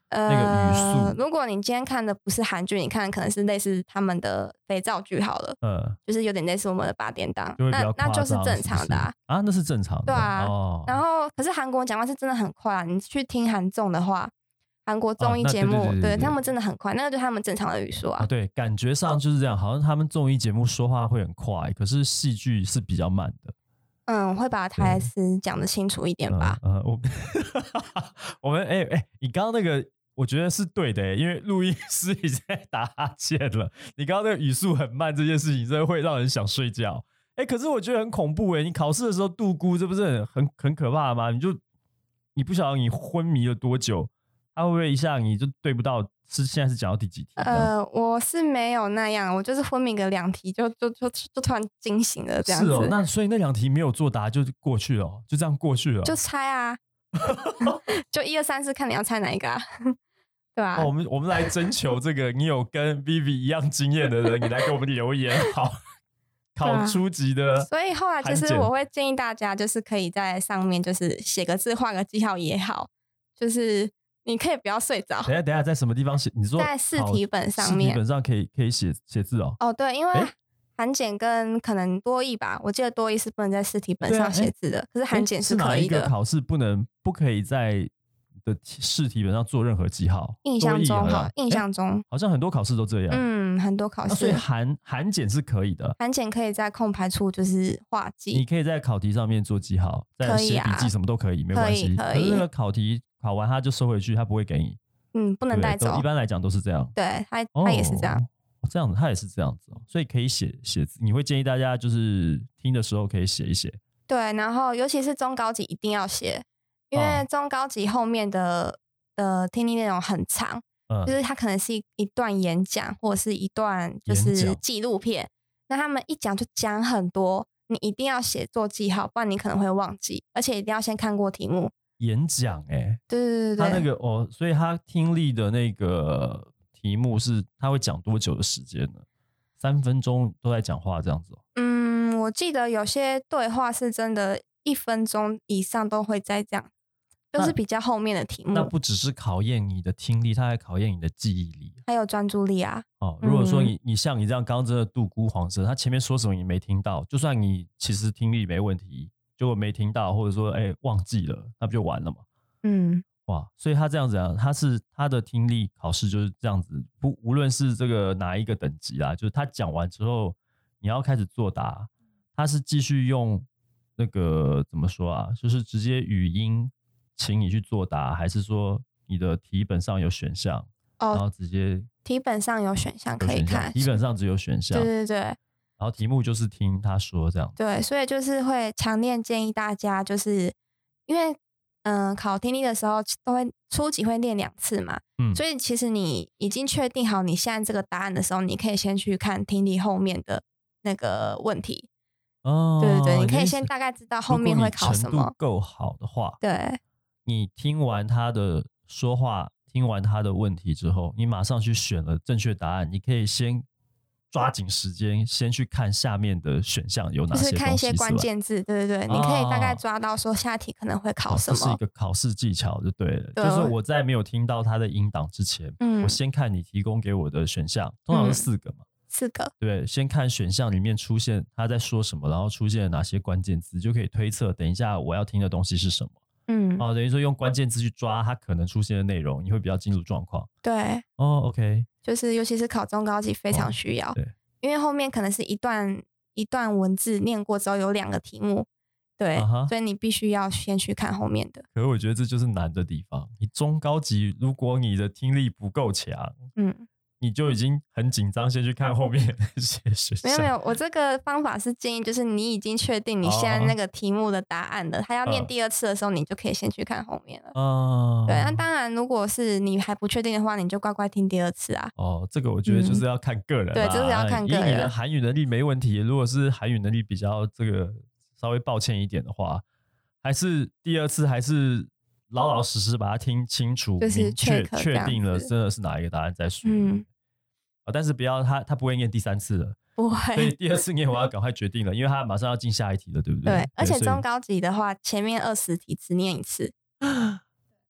Speaker 2: 呃，
Speaker 1: 那个语速
Speaker 2: 如果你今天看的不是韩剧，你看的可能是类似他们的肥皂剧好了，
Speaker 1: 呃，
Speaker 2: 就是有点类似我们的八点档，
Speaker 1: 就会比
Speaker 2: 那
Speaker 1: 较
Speaker 2: 嗯那
Speaker 1: 夸
Speaker 2: 就
Speaker 1: 张
Speaker 2: 是正常的、啊。
Speaker 1: 是不是啊，那是正常的，
Speaker 2: 对啊
Speaker 1: 哦，
Speaker 2: 然后，可是韩国讲话是真的很快啊！你去听韩综的话，韩国综艺
Speaker 1: 啊那
Speaker 2: 节
Speaker 1: 对对
Speaker 2: 目，
Speaker 1: 对对对
Speaker 2: 他们真的很快，那个就是他们正常的语速
Speaker 1: 啊，
Speaker 2: 啊。
Speaker 1: 对，感觉上就是这样，好像他们综艺节目说话会很快，可是戏剧是比较慢的，
Speaker 2: 嗯，我会把台词讲得清楚一点
Speaker 1: 嗯
Speaker 2: 吧。
Speaker 1: 嗯，我我们哎哎、你刚刚那个。我觉得是对的、欸因为录音师已经在打哈欠了。你刚刚那个语速很慢，这件事情真的会让人想睡觉。哎、可是我觉得很恐怖哎、你考试的时候度估，这不是很很很可怕吗？你就你不晓得你昏迷了多久，他会不会一下你就对不到？是现在是讲到第几题？呃，
Speaker 2: 呃，我是没有那样，我就是昏迷个两题，就就就就突然惊醒了这样
Speaker 1: 是
Speaker 2: 子。
Speaker 1: 哦哦，那所以那两题没有作答就过去了哦、就这样过去了。
Speaker 2: 就猜啊，就一二三四，看你要猜哪一个啊？ 对啊
Speaker 1: 哦，我，们我们来征求这个，你有跟 Vivi 一样经验的人，你来给我们留言 好。考初级 的，
Speaker 2: 啊所以后来其
Speaker 1: 韩
Speaker 2: 实
Speaker 1: 检
Speaker 2: 我会建议大家，就是可以在上面就是写个字、画个记号也好，就是你可以不要睡着，
Speaker 1: 等一下等一下，在什么地方写？你说
Speaker 2: 在试
Speaker 1: 考
Speaker 2: 题本上
Speaker 1: 试题
Speaker 2: 面。
Speaker 1: 本上可以可以写写字哦。
Speaker 2: 哦，对，因为
Speaker 1: 诶
Speaker 2: 韩检跟可能多译吧，我记得多译是不能在试题本
Speaker 1: 对啊
Speaker 2: 上写字的，可是
Speaker 1: 诶
Speaker 2: 韩检
Speaker 1: 是
Speaker 2: 可
Speaker 1: 哪一
Speaker 2: 以
Speaker 1: 个
Speaker 2: 的。
Speaker 1: 考试不能不可以在的试题本上做任何记号？
Speaker 2: 印
Speaker 1: 多
Speaker 2: 象
Speaker 1: 益
Speaker 2: 中
Speaker 1: 好
Speaker 2: 哈
Speaker 1: 像，
Speaker 2: 印
Speaker 1: 诶
Speaker 2: 象中，
Speaker 1: 好像很多考试都这样。
Speaker 2: 嗯，很多
Speaker 1: 啊
Speaker 2: 考
Speaker 1: 所以
Speaker 2: 试
Speaker 1: 韩韩检是可以的，
Speaker 2: 韩检可以在空白处就是画
Speaker 1: 你
Speaker 2: 记，
Speaker 1: 可以在考题上面做记号，在
Speaker 2: 可以
Speaker 1: 写笔
Speaker 2: 啊
Speaker 1: 记什么都可以，没关系。
Speaker 2: 可以可
Speaker 1: 可是那
Speaker 2: 以
Speaker 1: 个考题考完他就收回去，他不会给你，
Speaker 2: 嗯，不
Speaker 1: 对
Speaker 2: 能
Speaker 1: 不对
Speaker 2: 带
Speaker 1: 都
Speaker 2: 走
Speaker 1: 一。般来讲都是这样。
Speaker 2: 对，他
Speaker 1: 哦，
Speaker 2: 他也是这样。
Speaker 1: 哦。这样子，他也是这样子哦，所以可以写写字。你会建议大家就是听的时候可以写一写，
Speaker 2: 对，然后尤其是中高级一定要写，因为
Speaker 1: 哦
Speaker 2: 中高级后面的的听力内容很长，
Speaker 1: 嗯，
Speaker 2: 就是它可能是一一段演讲或者是一段就
Speaker 1: 演
Speaker 2: 是
Speaker 1: 讲
Speaker 2: 纪录片，那他们一讲就讲很多，你一定要写做记号，不然你可能会忘记，而且一定要先看过题目。
Speaker 1: 演讲哎、
Speaker 2: 对对对
Speaker 1: 他
Speaker 2: 对
Speaker 1: 那
Speaker 2: 对，
Speaker 1: 个哦，所以他听力的那个题目是他会讲多久的时间呢？三分钟都在讲话这样子哦。
Speaker 2: 嗯，我记得有些对话是真的，一分钟以上都会在讲，就是
Speaker 1: 那
Speaker 2: 比较后面的题
Speaker 1: 那
Speaker 2: 目，
Speaker 1: 不只是考验你的听力，它还考验你的记忆力
Speaker 2: 还有专注力啊。
Speaker 1: 哦。如果说你你像你这样刚刚真的度孤黄色，他前面说什么你没听到，就算你其实听力没问题，结果没听到，或者说哎、忘记了，那不就完了嘛？
Speaker 2: 嗯，
Speaker 1: 哇，所以他这样子啊，他是他的听力考试就是这样子，不无论是这个哪一个等级啦，就是他讲完之后，你要开始作答，他是继续用那个怎么说啊，就是直接语音请你去作答，还是说你的题本上有选项，然
Speaker 2: 哦，
Speaker 1: 后直接
Speaker 2: 题本上有选项
Speaker 1: 有
Speaker 2: 可以
Speaker 1: 选项
Speaker 2: 看，
Speaker 1: 题本上只有选项，
Speaker 2: 对对对
Speaker 1: 然后题目就是听他说这样子，
Speaker 2: 对，所以就是会强烈建议大家，就是因为嗯、呃考听力的时候都会初级会练两次嘛，
Speaker 1: 嗯，
Speaker 2: 所以其实你已经确定好你现在这个答案的时候，你可以先去看听力后面的那个问题，
Speaker 1: 哦，
Speaker 2: 对对对，你可
Speaker 1: 原来
Speaker 2: 以
Speaker 1: 是
Speaker 2: 先大概知道
Speaker 1: 如
Speaker 2: 后
Speaker 1: 果
Speaker 2: 面
Speaker 1: 你
Speaker 2: 会考什
Speaker 1: 程度
Speaker 2: 么，
Speaker 1: 够好的话，
Speaker 2: 对
Speaker 1: 你听完他的说话，听完他的问题之后，你马上去选了正确答案，你可以先抓紧时间，先去看下面的选项有哪
Speaker 2: 就
Speaker 1: 些东西
Speaker 2: 是
Speaker 1: 之外，
Speaker 2: 看一些关键字，对对对，你可以大概
Speaker 1: 哦
Speaker 2: 抓到说下题可能会考
Speaker 1: 哦
Speaker 2: 什
Speaker 1: 这是一
Speaker 2: 么，
Speaker 1: 个考试技巧，就对了。
Speaker 2: 对
Speaker 1: 就是
Speaker 2: 我
Speaker 1: 我在没有听到他的音档之前，我
Speaker 2: 嗯
Speaker 1: 先看你提供给我的选项，通常是
Speaker 2: 嗯
Speaker 1: 四个嘛，
Speaker 2: 四个，
Speaker 1: 对，先看选项里面出现他在说什么，然后出现了哪些关键字，就可以推测等一下我要听的东西是什么。
Speaker 2: 嗯，
Speaker 1: 哦，等于说用关键字去抓它可能出现的内容，你会比较进入状况。
Speaker 2: 对。
Speaker 1: 哦，OK，
Speaker 2: 就是尤其是考中高级非
Speaker 1: 哦
Speaker 2: 常需要，
Speaker 1: 对
Speaker 2: 因为后面可能是一段一段文字念过之后有两个题目，对
Speaker 1: 啊哈
Speaker 2: 所以你必须要先去看后面的，
Speaker 1: 可是我觉得这就是难的地方。你中高级，如果你的听力不够强，
Speaker 2: 嗯，
Speaker 1: 你就已经很紧张，先去看后面那些选项。
Speaker 2: 没有没有，我这个方法是建议，就是你已经确定你现在那个题目的答案了，他要念
Speaker 1: 哦嗯
Speaker 2: 第二次的时候，你就可以先去看后面了。
Speaker 1: 啊，
Speaker 2: 对，那当然，如果是你还不确定的话，你就乖乖听第二次啊。
Speaker 1: 哦，这个我觉得就是
Speaker 2: 嗯
Speaker 1: 要看个人啦、
Speaker 2: 对就是要看个人
Speaker 1: 以你的韩语能力没问题，如果是韩语能力比较这个稍微抱歉一点的话，还是第二次还是老老实实把它听清楚，
Speaker 2: 就是
Speaker 1: 明确
Speaker 2: check
Speaker 1: 确
Speaker 2: 这样
Speaker 1: 定了
Speaker 2: 子
Speaker 1: 真的是哪一个答案再说。
Speaker 2: 嗯
Speaker 1: 啊，但是不要他他不会念第三次了。
Speaker 2: 不
Speaker 1: 所以
Speaker 2: 会，
Speaker 1: 第二次念我要赶快决定了，因为他马上要进下一题了，对不对？
Speaker 2: 对，而且
Speaker 1: 所以
Speaker 2: 中高级的话，前面二十题只念一次，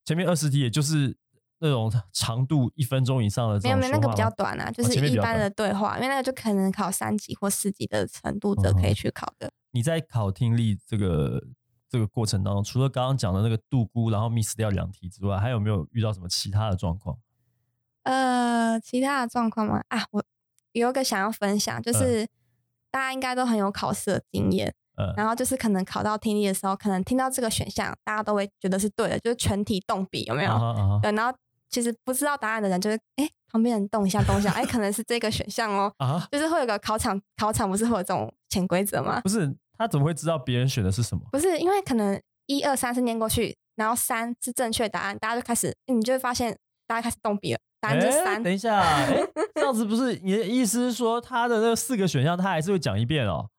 Speaker 1: 前面二十题也就是那种长度一分钟以上的这
Speaker 2: 没有
Speaker 1: 种
Speaker 2: 没有，那个
Speaker 1: 说话
Speaker 2: 比较
Speaker 1: 吗
Speaker 2: 短啊，就
Speaker 1: 哦
Speaker 2: 是
Speaker 1: 前面比
Speaker 2: 一
Speaker 1: 较
Speaker 2: 般
Speaker 1: 短
Speaker 2: 的对话，因为那个就可能考三级或四级的程度者可
Speaker 1: 嗯哼
Speaker 2: 以去考的。
Speaker 1: 你在考听力这个这个过程当中，除了刚刚讲的那个度估，然后 miss 掉两题之外，还有没有遇到什么其他的状况？
Speaker 2: 呃，其他的状况吗？啊，我有一个想要分享，
Speaker 1: 嗯
Speaker 2: 就是、大家应该都很有考试的经验，
Speaker 1: 呃，
Speaker 2: 然后就是可能考到听力的时候，可能听到这个选项，大家都会觉得是对的，就是全体动笔，有没有？
Speaker 1: 啊哈啊哈
Speaker 2: 对，然后其实不知道答案的人，就是哎，旁边人动一下动一下，哎，可能是这个选项哦，
Speaker 1: 啊哈，
Speaker 2: 就是会有个考场，考场不是会有这种潜规则吗？
Speaker 1: 不是他怎么会知道别人选的是什么？
Speaker 2: 不是因为可能一二三是念过去，然后三是正确答案，大家就开始，你就会发现大家开始动笔了，答案就是
Speaker 1: 诶
Speaker 2: 三。
Speaker 1: 等一下，诶这样子不是你的意思是说他的那四个选项他还是会讲一遍哦？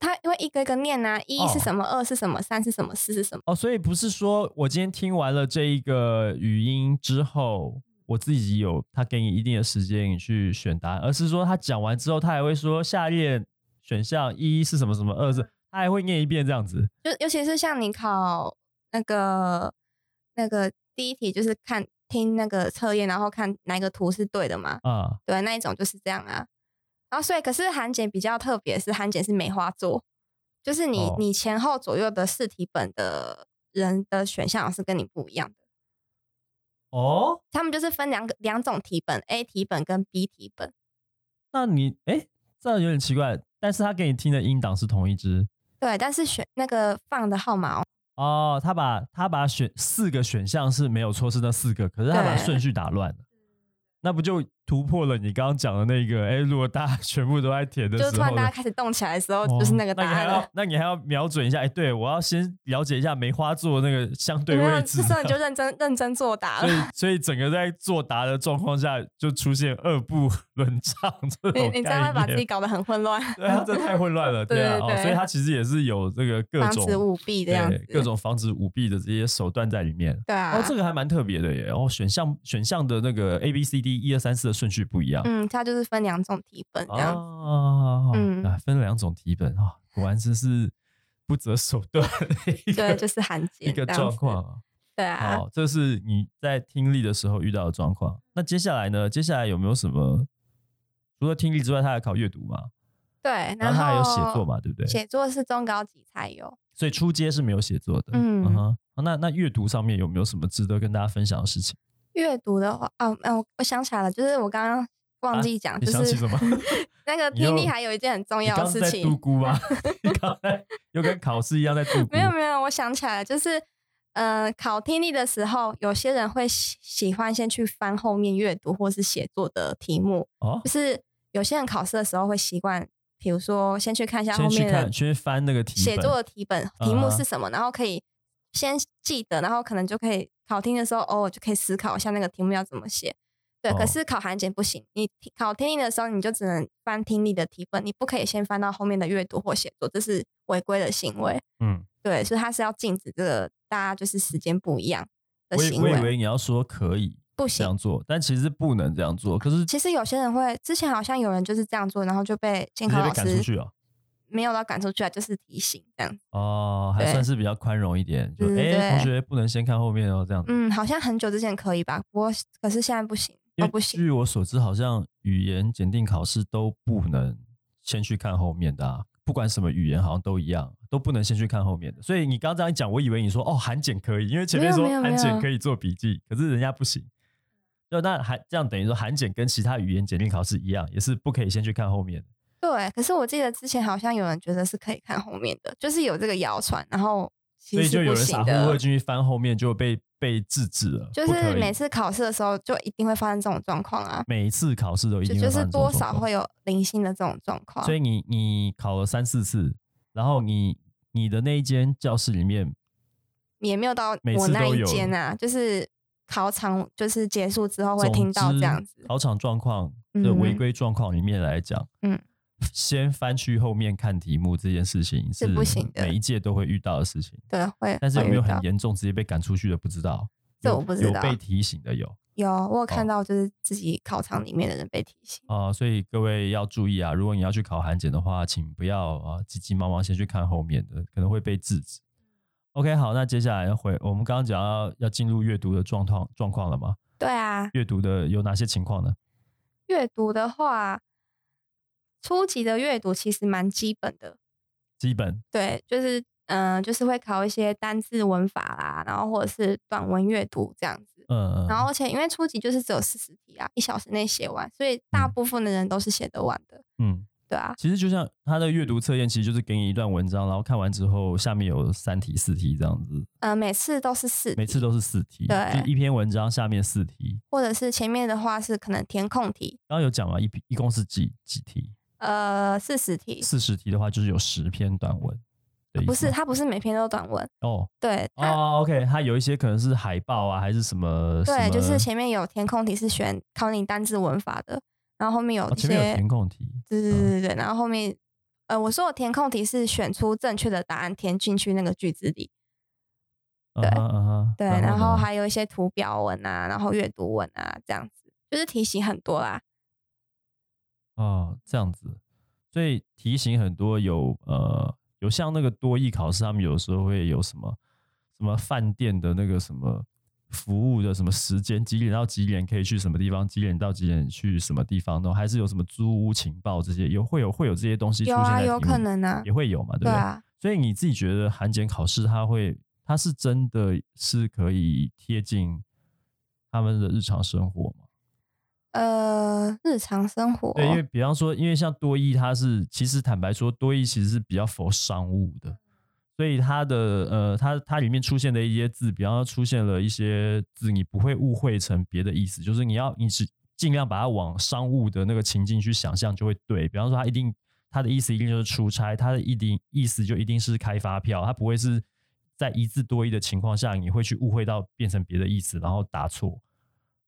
Speaker 2: 他会一个一个念啊，一
Speaker 1: 哦
Speaker 2: 是什么，二是什么，三是什么，四是什么。
Speaker 1: 哦，所以不是说我今天听完了这一个语音之后，我自己有他给你一定的时间你去选答案，而是说他讲完之后，他还会说下列选项一是什么什么，二是他还会念一遍这样子。
Speaker 2: 就尤其是像你考那个那个第一题，就是看听那个测验，然后看哪一个图是对的嘛。
Speaker 1: 啊、
Speaker 2: 对，那一种就是这样啊。然后所以，可是韩检比较特别，是韩检是梅花座，就是你、
Speaker 1: 哦
Speaker 2: 你前后左右的试题本的人的选项是跟你不一样的。
Speaker 1: 哦，
Speaker 2: 他们就是分两个两种题本，A 题本跟 B 题本。
Speaker 1: 那你哎、这样有点奇怪，但是他给你听的音档是同一支
Speaker 2: 对，但是选那个放的号码哦，
Speaker 1: 哦，他把他把选四个选项是没有错，是那四个，可是他把
Speaker 2: 对
Speaker 1: 顺序打乱了，那不就突破了你刚刚讲的那个？哎、如果大家全部都在填的时
Speaker 2: 就
Speaker 1: 候呢，
Speaker 2: 是突然大家开始动起来的时候，就是
Speaker 1: 哦
Speaker 2: 那个答
Speaker 1: 你还
Speaker 2: 案
Speaker 1: 要
Speaker 2: 了。
Speaker 1: 那你还要瞄准一下，哎、对我要先了解一下梅花座那个相对
Speaker 2: 有没有
Speaker 1: 位置
Speaker 2: 啊这
Speaker 1: 的。
Speaker 2: 时候你就认真认真作答
Speaker 1: 所以
Speaker 2: 了。，
Speaker 1: 所以整个在作答的状况下，就出现二部轮唱这种
Speaker 2: 你你这样会把自己
Speaker 1: 概念
Speaker 2: 搞得很混乱，
Speaker 1: 对啊，这太混乱了，
Speaker 2: 对
Speaker 1: 啊，
Speaker 2: 对
Speaker 1: 哦，
Speaker 2: 对
Speaker 1: 所以他其实也是有这个各
Speaker 2: 防
Speaker 1: 种
Speaker 2: 止舞弊这样
Speaker 1: 对
Speaker 2: 子。
Speaker 1: 各种防止舞弊的这些手段在里面。
Speaker 2: 对啊，
Speaker 1: 哦，这个还蛮特别的耶！哦，选项选项的那个 A B C D 一二三四的顺序不一样
Speaker 2: 嗯，它就是分两种题本这样子。
Speaker 1: 啊，
Speaker 2: 嗯
Speaker 1: 啊分两种题本啊，果然真是不择手段的一个
Speaker 2: 对，就是寒
Speaker 1: 一
Speaker 2: 检
Speaker 1: 个
Speaker 2: 这样
Speaker 1: 状
Speaker 2: 子
Speaker 1: 况。啊。
Speaker 2: 对啊，
Speaker 1: 好，这是你在听力的时候遇到的状况。那接下来呢？接下来有没有什么？除了听力之外，他还考阅读嘛？
Speaker 2: 对，
Speaker 1: 然
Speaker 2: 后
Speaker 1: 后他还有写作嘛，对不对？
Speaker 2: 写作是中高级才有。
Speaker 1: 所以初阶是没有写作的。
Speaker 2: 嗯
Speaker 1: 哼那那阅读上面有没有什么值得跟大家分享的事情？
Speaker 2: 阅读的话，哦，嗯、我我想起来了，就是我刚刚忘记讲，
Speaker 1: 啊你
Speaker 2: 啊就
Speaker 1: 想起
Speaker 2: 是
Speaker 1: 什么？
Speaker 2: 那个
Speaker 1: 你又
Speaker 2: 听力还有一件很重
Speaker 1: 你
Speaker 2: 要
Speaker 1: 刚刚
Speaker 2: 的
Speaker 1: 是
Speaker 2: 事
Speaker 1: 在
Speaker 2: 情
Speaker 1: 度，估吗？ 你刚才又跟考试一样在度估？
Speaker 2: 没有没有，我想起来了，就是。呃，考听力的时候，有些人会喜喜欢先去翻后面阅读或是写作的题目，
Speaker 1: 哦
Speaker 2: 就，是有些人考试的时候会习惯，比如说先去看一下后
Speaker 1: 先去
Speaker 2: 面的
Speaker 1: 看，先去翻那个题
Speaker 2: 写
Speaker 1: 本
Speaker 2: 作的题本题目
Speaker 1: 嗯哼
Speaker 2: 是什么，然后可以先记得，然后可能就可以考听的时候偶尔就可以思考一下那个题目要怎么写。对，
Speaker 1: 哦
Speaker 2: 可是考韩检不行，你听考听力的时候你就只能翻听力的题本，你不可以先翻到后面的阅读或写作，这是违规的行为。
Speaker 1: 嗯，
Speaker 2: 对，所以它是要禁止这个大家就是时间不一样的
Speaker 1: 我以
Speaker 2: 行
Speaker 1: 我以
Speaker 2: 为，
Speaker 1: 为你要说可以
Speaker 2: 不
Speaker 1: 这样
Speaker 2: 行。
Speaker 1: 做，但其实不能这样做。可是
Speaker 2: 其实有些人会，之前好像有人就是这样做，然后就被监
Speaker 1: 直
Speaker 2: 考
Speaker 1: 接被
Speaker 2: 老
Speaker 1: 赶出
Speaker 2: 师
Speaker 1: 去哦。
Speaker 2: 没有到赶出去啊，就是提醒这样。
Speaker 1: 哦，还
Speaker 2: 对
Speaker 1: 算是比较宽容一点，就
Speaker 2: 嗯
Speaker 1: 哎、诶同
Speaker 2: 对
Speaker 1: 学不能先看后面哦，这样子。
Speaker 2: 嗯，好像很久之前可以吧，不过可是现在不行，
Speaker 1: 因
Speaker 2: 都
Speaker 1: 为
Speaker 2: 哦不行。
Speaker 1: 据我所知，好像语言检定考试都不能先去看后面的、啊，不管什么语言好像都一样，都不能先去看后面的。所以你刚刚这样一讲，我以为你说哦，韩检可以，因为前面
Speaker 2: 没有
Speaker 1: 说
Speaker 2: 没有
Speaker 1: 韩
Speaker 2: 没
Speaker 1: 检
Speaker 2: 有
Speaker 1: 可以做笔记，可是人家不行。就那韩这样等于说韩检跟其他语言检定考试一样，也是不可以先去看后面的。
Speaker 2: 对，可是我记得之前好像有人觉得是可以看后面的，就是有这个谣传，然后其
Speaker 1: 所以
Speaker 2: 实
Speaker 1: 就是有
Speaker 2: 不
Speaker 1: 人
Speaker 2: 行
Speaker 1: 傻乎乎
Speaker 2: 的
Speaker 1: 地。进去翻后面，就被被制止了。
Speaker 2: 就
Speaker 1: 不可
Speaker 2: 是
Speaker 1: 以
Speaker 2: 每次考试的时候，就一定会发生这种状况啊，
Speaker 1: 每一次考试都一
Speaker 2: 就
Speaker 1: 定
Speaker 2: 就
Speaker 1: 会发
Speaker 2: 是
Speaker 1: 生这种
Speaker 2: 多
Speaker 1: 状
Speaker 2: 少
Speaker 1: 况
Speaker 2: 会有零星的这种状况
Speaker 1: 所。以你你考了三四次，然后你你的那一间教室里面，
Speaker 2: 也没有到
Speaker 1: 每
Speaker 2: 我
Speaker 1: 次
Speaker 2: 那
Speaker 1: 都
Speaker 2: 一
Speaker 1: 有
Speaker 2: 间啊，就是考场就是结束之后会
Speaker 1: 总
Speaker 2: 哦听到这
Speaker 1: 之
Speaker 2: 样子。
Speaker 1: 考场状况的违
Speaker 2: 嗯
Speaker 1: 规状况里面来讲，
Speaker 2: 嗯，
Speaker 1: 先翻去后面看题目这件事情
Speaker 2: 是不行的
Speaker 1: 每一届都会遇到的事情。
Speaker 2: 对，会
Speaker 1: 但是
Speaker 2: 会
Speaker 1: 有没有
Speaker 2: 遇到
Speaker 1: 很严重，直接被赶出去的不知道，
Speaker 2: 这
Speaker 1: 有
Speaker 2: 我不知
Speaker 1: 有
Speaker 2: 道
Speaker 1: 被提醒的有
Speaker 2: 有，我有
Speaker 1: 哦
Speaker 2: 看到就是自己考场里面的人被提醒。
Speaker 1: 啊、所以各位要注意啊！如果你要去考韩检的话，请不要啊急急忙忙先去看后面的，可能会被制止。OK，好，那接下来回我们刚刚讲要要进入阅读的状况状况了吗？
Speaker 2: 对啊，
Speaker 1: 阅读的有哪些情况呢？
Speaker 2: 阅读的话，初级的阅读其实蛮基本的，
Speaker 1: 基本
Speaker 2: 对，就是嗯、呃就是会考一些单字文法啦，然后或者是短文阅读这样子。
Speaker 1: 嗯，
Speaker 2: 然后而且因为初级就是只有四十题啊，一小时内写完，所以大
Speaker 1: 嗯
Speaker 2: 部分的人都是写得完的，
Speaker 1: 嗯，
Speaker 2: 对啊，
Speaker 1: 其实就像他的阅读测验，其实就是给你一段文章，然后看完之后，下面有三题、四题这样子，
Speaker 2: 呃，每次都是四题，
Speaker 1: 每次都是四题，
Speaker 2: 对
Speaker 1: 就一篇文章下面四题。
Speaker 2: 或者是前面的话是可能填空题，
Speaker 1: 刚刚有讲嘛，一一共是几几题？
Speaker 2: 呃，四十题，
Speaker 1: 四十题的话，就是有十篇短文的意思吗。
Speaker 2: 啊不是，它不是每篇都短文，
Speaker 1: 哦
Speaker 2: 对，它
Speaker 1: 哦，OK，它有一些可能是海报啊，还是什么？什
Speaker 2: 对，就
Speaker 1: 么
Speaker 2: 是前面有填空题是选考你单字文法的，然后后面有
Speaker 1: 哦
Speaker 2: 一些、
Speaker 1: 前面有填空题，
Speaker 2: 对对对对对，然后后面呃，我说我填空题是选出正确的答案填进去那个句子里，
Speaker 1: 对
Speaker 2: 对，
Speaker 1: 嗯
Speaker 2: 然后
Speaker 1: 还。
Speaker 2: 还有一些图表文啊，然后阅读文啊，这样子，就是题型很多啦。
Speaker 1: 哦，这样子，所以题型很多有呃有像那个多益考试，他们有时候会有什么什么饭店的那个什么服务的什么时间，几点到几点可以去什么地方，几点到几点去什么地方那种，还是有什么租屋情报这些，有会有会有这些东西出
Speaker 2: 有
Speaker 1: 现
Speaker 2: 啊，
Speaker 1: 在
Speaker 2: 有
Speaker 1: 题目
Speaker 2: 可
Speaker 1: 里
Speaker 2: 能啊，
Speaker 1: 也会有嘛，对不
Speaker 2: 对
Speaker 1: 对？
Speaker 2: 啊，
Speaker 1: 所以你自己觉得韩检考试它会它是真的是可以贴近他们的日常生活吗？
Speaker 2: 呃，日常生活，
Speaker 1: 对，因为比方说，因为像多益，它是其实坦白说，多益其实是比较佛商务的，所以它的呃，它它里面出现的一些字，比方说出现了一些字，你不会误会成别的意思，就是你要你只尽量把它往商务的那个情境去想象，就会对。比方说，它一定它的意思一定就是出差，它的一定意思就一定是开发票，它不会是在一字多义的情况下，你会去误会到变成别的意思，然后答错。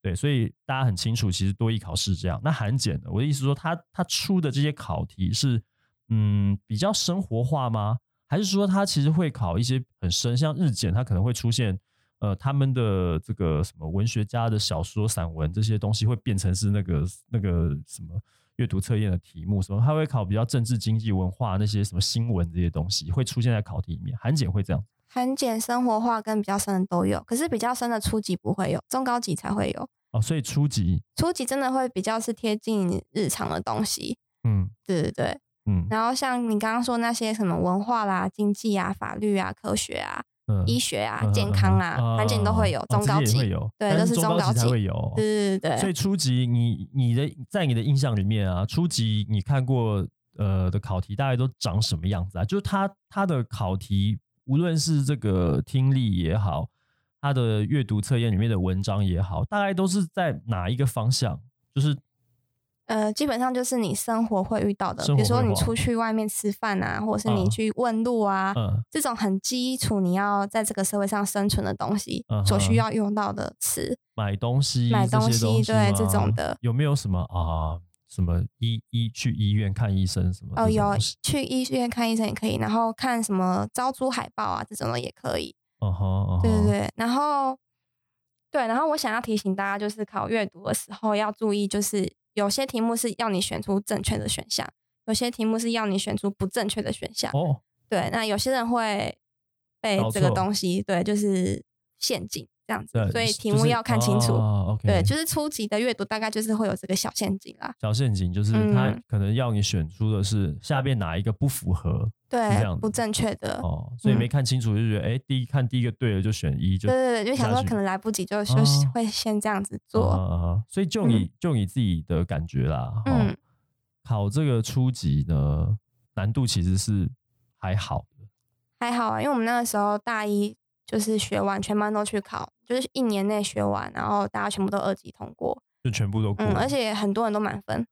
Speaker 1: 对，所以大家很清楚，其实多艺考试这样。那韩检呢？我的意思是说它，它出的这些考题是嗯比较生活化吗？还是说它其实会考一些很深，像日检，它可能会出现呃他们的这个什么文学家的小说、散文这些东西会变成是那个那个什么阅读测验的题目，什么它会考比较政治、经济、文化那些什么新闻这些东西会出现在考题里面。韩检会这样。
Speaker 2: 很简生活化跟比较深的都有，可是比较深的初级不会有，中高级才会有。
Speaker 1: 哦，所以初级，
Speaker 2: 初级真的会比较是贴近日常的东西，
Speaker 1: 嗯
Speaker 2: 对对对。
Speaker 1: 嗯
Speaker 2: 然后像你刚刚说那些什么文化啦、经济啊、法律啊、科学啊、
Speaker 1: 嗯，
Speaker 2: 医学啊、
Speaker 1: 嗯
Speaker 2: 健康啊，韩检都会有，
Speaker 1: 哦
Speaker 2: 中
Speaker 1: 这
Speaker 2: 高
Speaker 1: 些也
Speaker 2: 级
Speaker 1: 会有，
Speaker 2: 对
Speaker 1: 但
Speaker 2: 都
Speaker 1: 是
Speaker 2: 是中
Speaker 1: 高
Speaker 2: 高
Speaker 1: 级才
Speaker 2: 级
Speaker 1: 会有。
Speaker 2: 对对对
Speaker 1: 所以
Speaker 2: 对，
Speaker 1: 初级你你的在你的印象里面啊，初级你看过呃的考题大概都长什么样子啊？就是它它的考题，无论是这个听力也好，它的阅读测验里面的文章也好，大概都是在哪一个方向？就是
Speaker 2: 呃，基本上就是你生活会遇到的，
Speaker 1: 生
Speaker 2: 比如
Speaker 1: 活
Speaker 2: 说
Speaker 1: 会
Speaker 2: 你
Speaker 1: 遇到
Speaker 2: 出去外面吃饭啊，或者是
Speaker 1: 嗯
Speaker 2: 你去问路啊，
Speaker 1: 嗯
Speaker 2: 这种很基础你要在这个社会上生存的东西
Speaker 1: 嗯哼
Speaker 2: 所需要用到的词，
Speaker 1: 买东西、
Speaker 2: 买
Speaker 1: 这些
Speaker 2: 东西
Speaker 1: 东
Speaker 2: 对这
Speaker 1: 吗
Speaker 2: 种的
Speaker 1: 有没有什么啊？什么医医去医院看医生什么？
Speaker 2: 哦，有
Speaker 1: 哦
Speaker 2: 去医院看医生也可以，然后看什么招租海报啊这种的也可以。
Speaker 1: 嗯吼，
Speaker 2: 对对对，然后对，然后我想要提醒大家，就是考阅读的时候要注意，就是有些题目是要你选出正确的选项，有些题目是要你选出不正确的选项。
Speaker 1: 对，哦，
Speaker 2: 对，那有些人会被
Speaker 1: 搞
Speaker 2: 这个
Speaker 1: 错
Speaker 2: 东西，对，就是陷阱这样子
Speaker 1: 对，，
Speaker 2: 所以
Speaker 1: 就是
Speaker 2: 题目要看清楚。
Speaker 1: 哦、OK，
Speaker 2: 对，就是初级的阅读大概就是会有这个小陷阱啦。
Speaker 1: 小陷阱，就是它
Speaker 2: 嗯
Speaker 1: 可能要你选出的是下面哪一个不符合、这
Speaker 2: 对
Speaker 1: 样，
Speaker 2: 不
Speaker 1: 子
Speaker 2: 正确的。
Speaker 1: 哦，所以没看清楚就觉得，哎、第一看第一个对了就选一，就
Speaker 2: 嗯对对对，就想
Speaker 1: 下
Speaker 2: 说
Speaker 1: 去
Speaker 2: 可能来不及，就就
Speaker 1: 哦
Speaker 2: 会先这样子
Speaker 1: 啊
Speaker 2: 做。
Speaker 1: 啊啊所以就你、就你自己的感觉啦，哦、
Speaker 2: 嗯
Speaker 1: 考这个初级呢，难度其实是还好的，
Speaker 2: 还好啊，因为我们那个时候大一就是学完，全班都去考，就是一年内学完，然后大家全部都二级通过。
Speaker 1: 就全部都过了，
Speaker 2: 嗯，而且很多人都满分，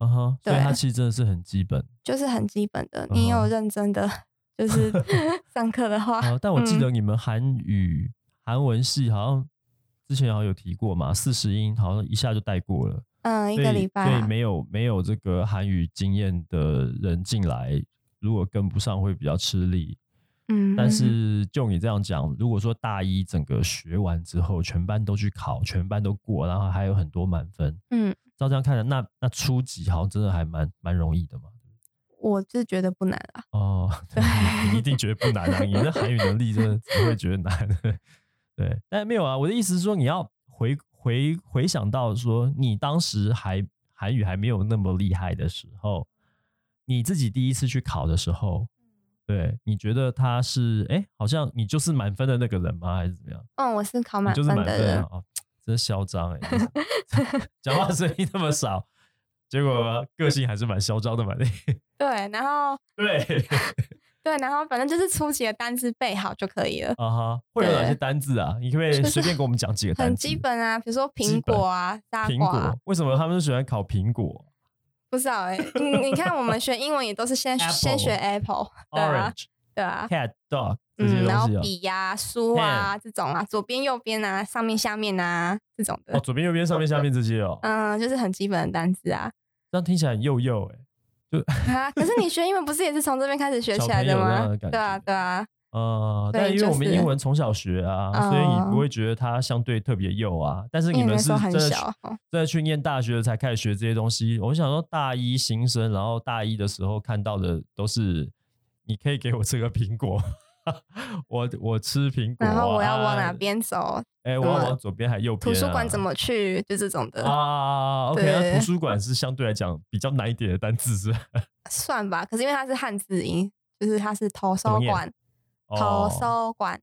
Speaker 1: 嗯哼，所以
Speaker 2: 对
Speaker 1: 它其实真的是很基本。
Speaker 2: 就是很基本的。你有
Speaker 1: 嗯
Speaker 2: 认真的， 就是 上课的话，
Speaker 1: 哦，但我记
Speaker 2: 嗯
Speaker 1: 得你们韩语、韩文系好像之前好像有提过嘛，四十音好像一下就带过了。
Speaker 2: 嗯，一
Speaker 1: 所
Speaker 2: 个
Speaker 1: 以
Speaker 2: 礼拜
Speaker 1: 所以
Speaker 2: 啊
Speaker 1: 没有没有这个韩语经验的人进来，如果跟不上会比较吃力。
Speaker 2: 嗯，
Speaker 1: 但是就你这样讲，如果说大一整个学完之后，全班都去考，全班都过，然后还有很多满分，
Speaker 2: 嗯，
Speaker 1: 照这样看来，那那初级好像真的还蛮蛮容易的嘛。
Speaker 2: 我是觉得不难啊。
Speaker 1: 哦， 对，你你一定觉得不难啊！你的韩语能力真的怎么会觉得难？对，但没有啊。我的意思是说，你要回回回想到说，你当时还韩语还没有那么厉害的时候，你自己第一次去考的时候，
Speaker 2: 嗯
Speaker 1: 对，你觉得他是哎、好像你就是满分的那个人吗？还是怎么样？
Speaker 2: 嗯，我是考
Speaker 1: 你
Speaker 2: 满
Speaker 1: 就是满
Speaker 2: 分的
Speaker 1: 分
Speaker 2: 人
Speaker 1: 啊！，哦，真嚣张哎、 讲话声音那么少，结果个性还是蛮嚣张的嘛。
Speaker 2: 对，然后
Speaker 1: 对。
Speaker 2: 对，然后反正就是初级的单字背好就可以了，
Speaker 1: 啊哈，会有哪些
Speaker 2: 对
Speaker 1: 单字啊？你可不 可以
Speaker 2: 就是
Speaker 1: 随便给我们讲几个单
Speaker 2: 很
Speaker 1: 字？
Speaker 2: 基本啊。比如说
Speaker 1: 基
Speaker 2: 苹
Speaker 1: 本
Speaker 2: 果啊、沙
Speaker 1: 苹
Speaker 2: 瓜啊，
Speaker 1: 果，为什么他们喜欢考苹果
Speaker 2: 不 知道哎、你你看我们学英文也都是先
Speaker 1: Apple
Speaker 2: 先学 apple，对啊
Speaker 1: ？Orange、
Speaker 2: 对啊，
Speaker 1: cat、dog 这些
Speaker 2: 嗯，然后
Speaker 1: 东西啊
Speaker 2: 笔呀、书啊这种啊，左边右边啊，上面下面啊这种
Speaker 1: 哦。哦，
Speaker 2: 的，嗯
Speaker 1: 左边、右边、上面、下面这些哦，
Speaker 2: 嗯，就是很基本的单字啊。
Speaker 1: 这样听起来很幼幼哎。
Speaker 2: 啊！可是你学英文不是也是从这边开始学起来
Speaker 1: 小朋友那样
Speaker 2: 吗
Speaker 1: 的？感
Speaker 2: 对啊，
Speaker 1: 觉
Speaker 2: 对啊，
Speaker 1: 呃，
Speaker 2: 对
Speaker 1: 但因为我们
Speaker 2: 就是
Speaker 1: 英文从小学啊，所以你不会觉得它相对特别幼啊。但是
Speaker 2: 因为
Speaker 1: 你
Speaker 2: 你
Speaker 1: 们
Speaker 2: 嗯那
Speaker 1: 是
Speaker 2: 时候很
Speaker 1: 真的去
Speaker 2: 小，哦
Speaker 1: 真的去念大学才开始学这些东西。我想说，大一新生，然后大一的时候看到的都是，你可以给我吃个苹果， 我我吃苹果、啊，
Speaker 2: 然后我要往哪？边走，
Speaker 1: 哎、我
Speaker 2: 怎
Speaker 1: 要
Speaker 2: 么
Speaker 1: 往左边还右边、
Speaker 2: 图
Speaker 1: 啊？
Speaker 2: 书馆怎么去，就这种的，
Speaker 1: 啊？OK，
Speaker 2: 对
Speaker 1: 那 图书馆是相对来讲比较难一点的单字是吧
Speaker 2: 算吧。可是因为它是汉字音，就是它是投
Speaker 1: 怎么
Speaker 2: 收
Speaker 1: 念
Speaker 2: 馆，投
Speaker 1: 哦
Speaker 2: 收馆，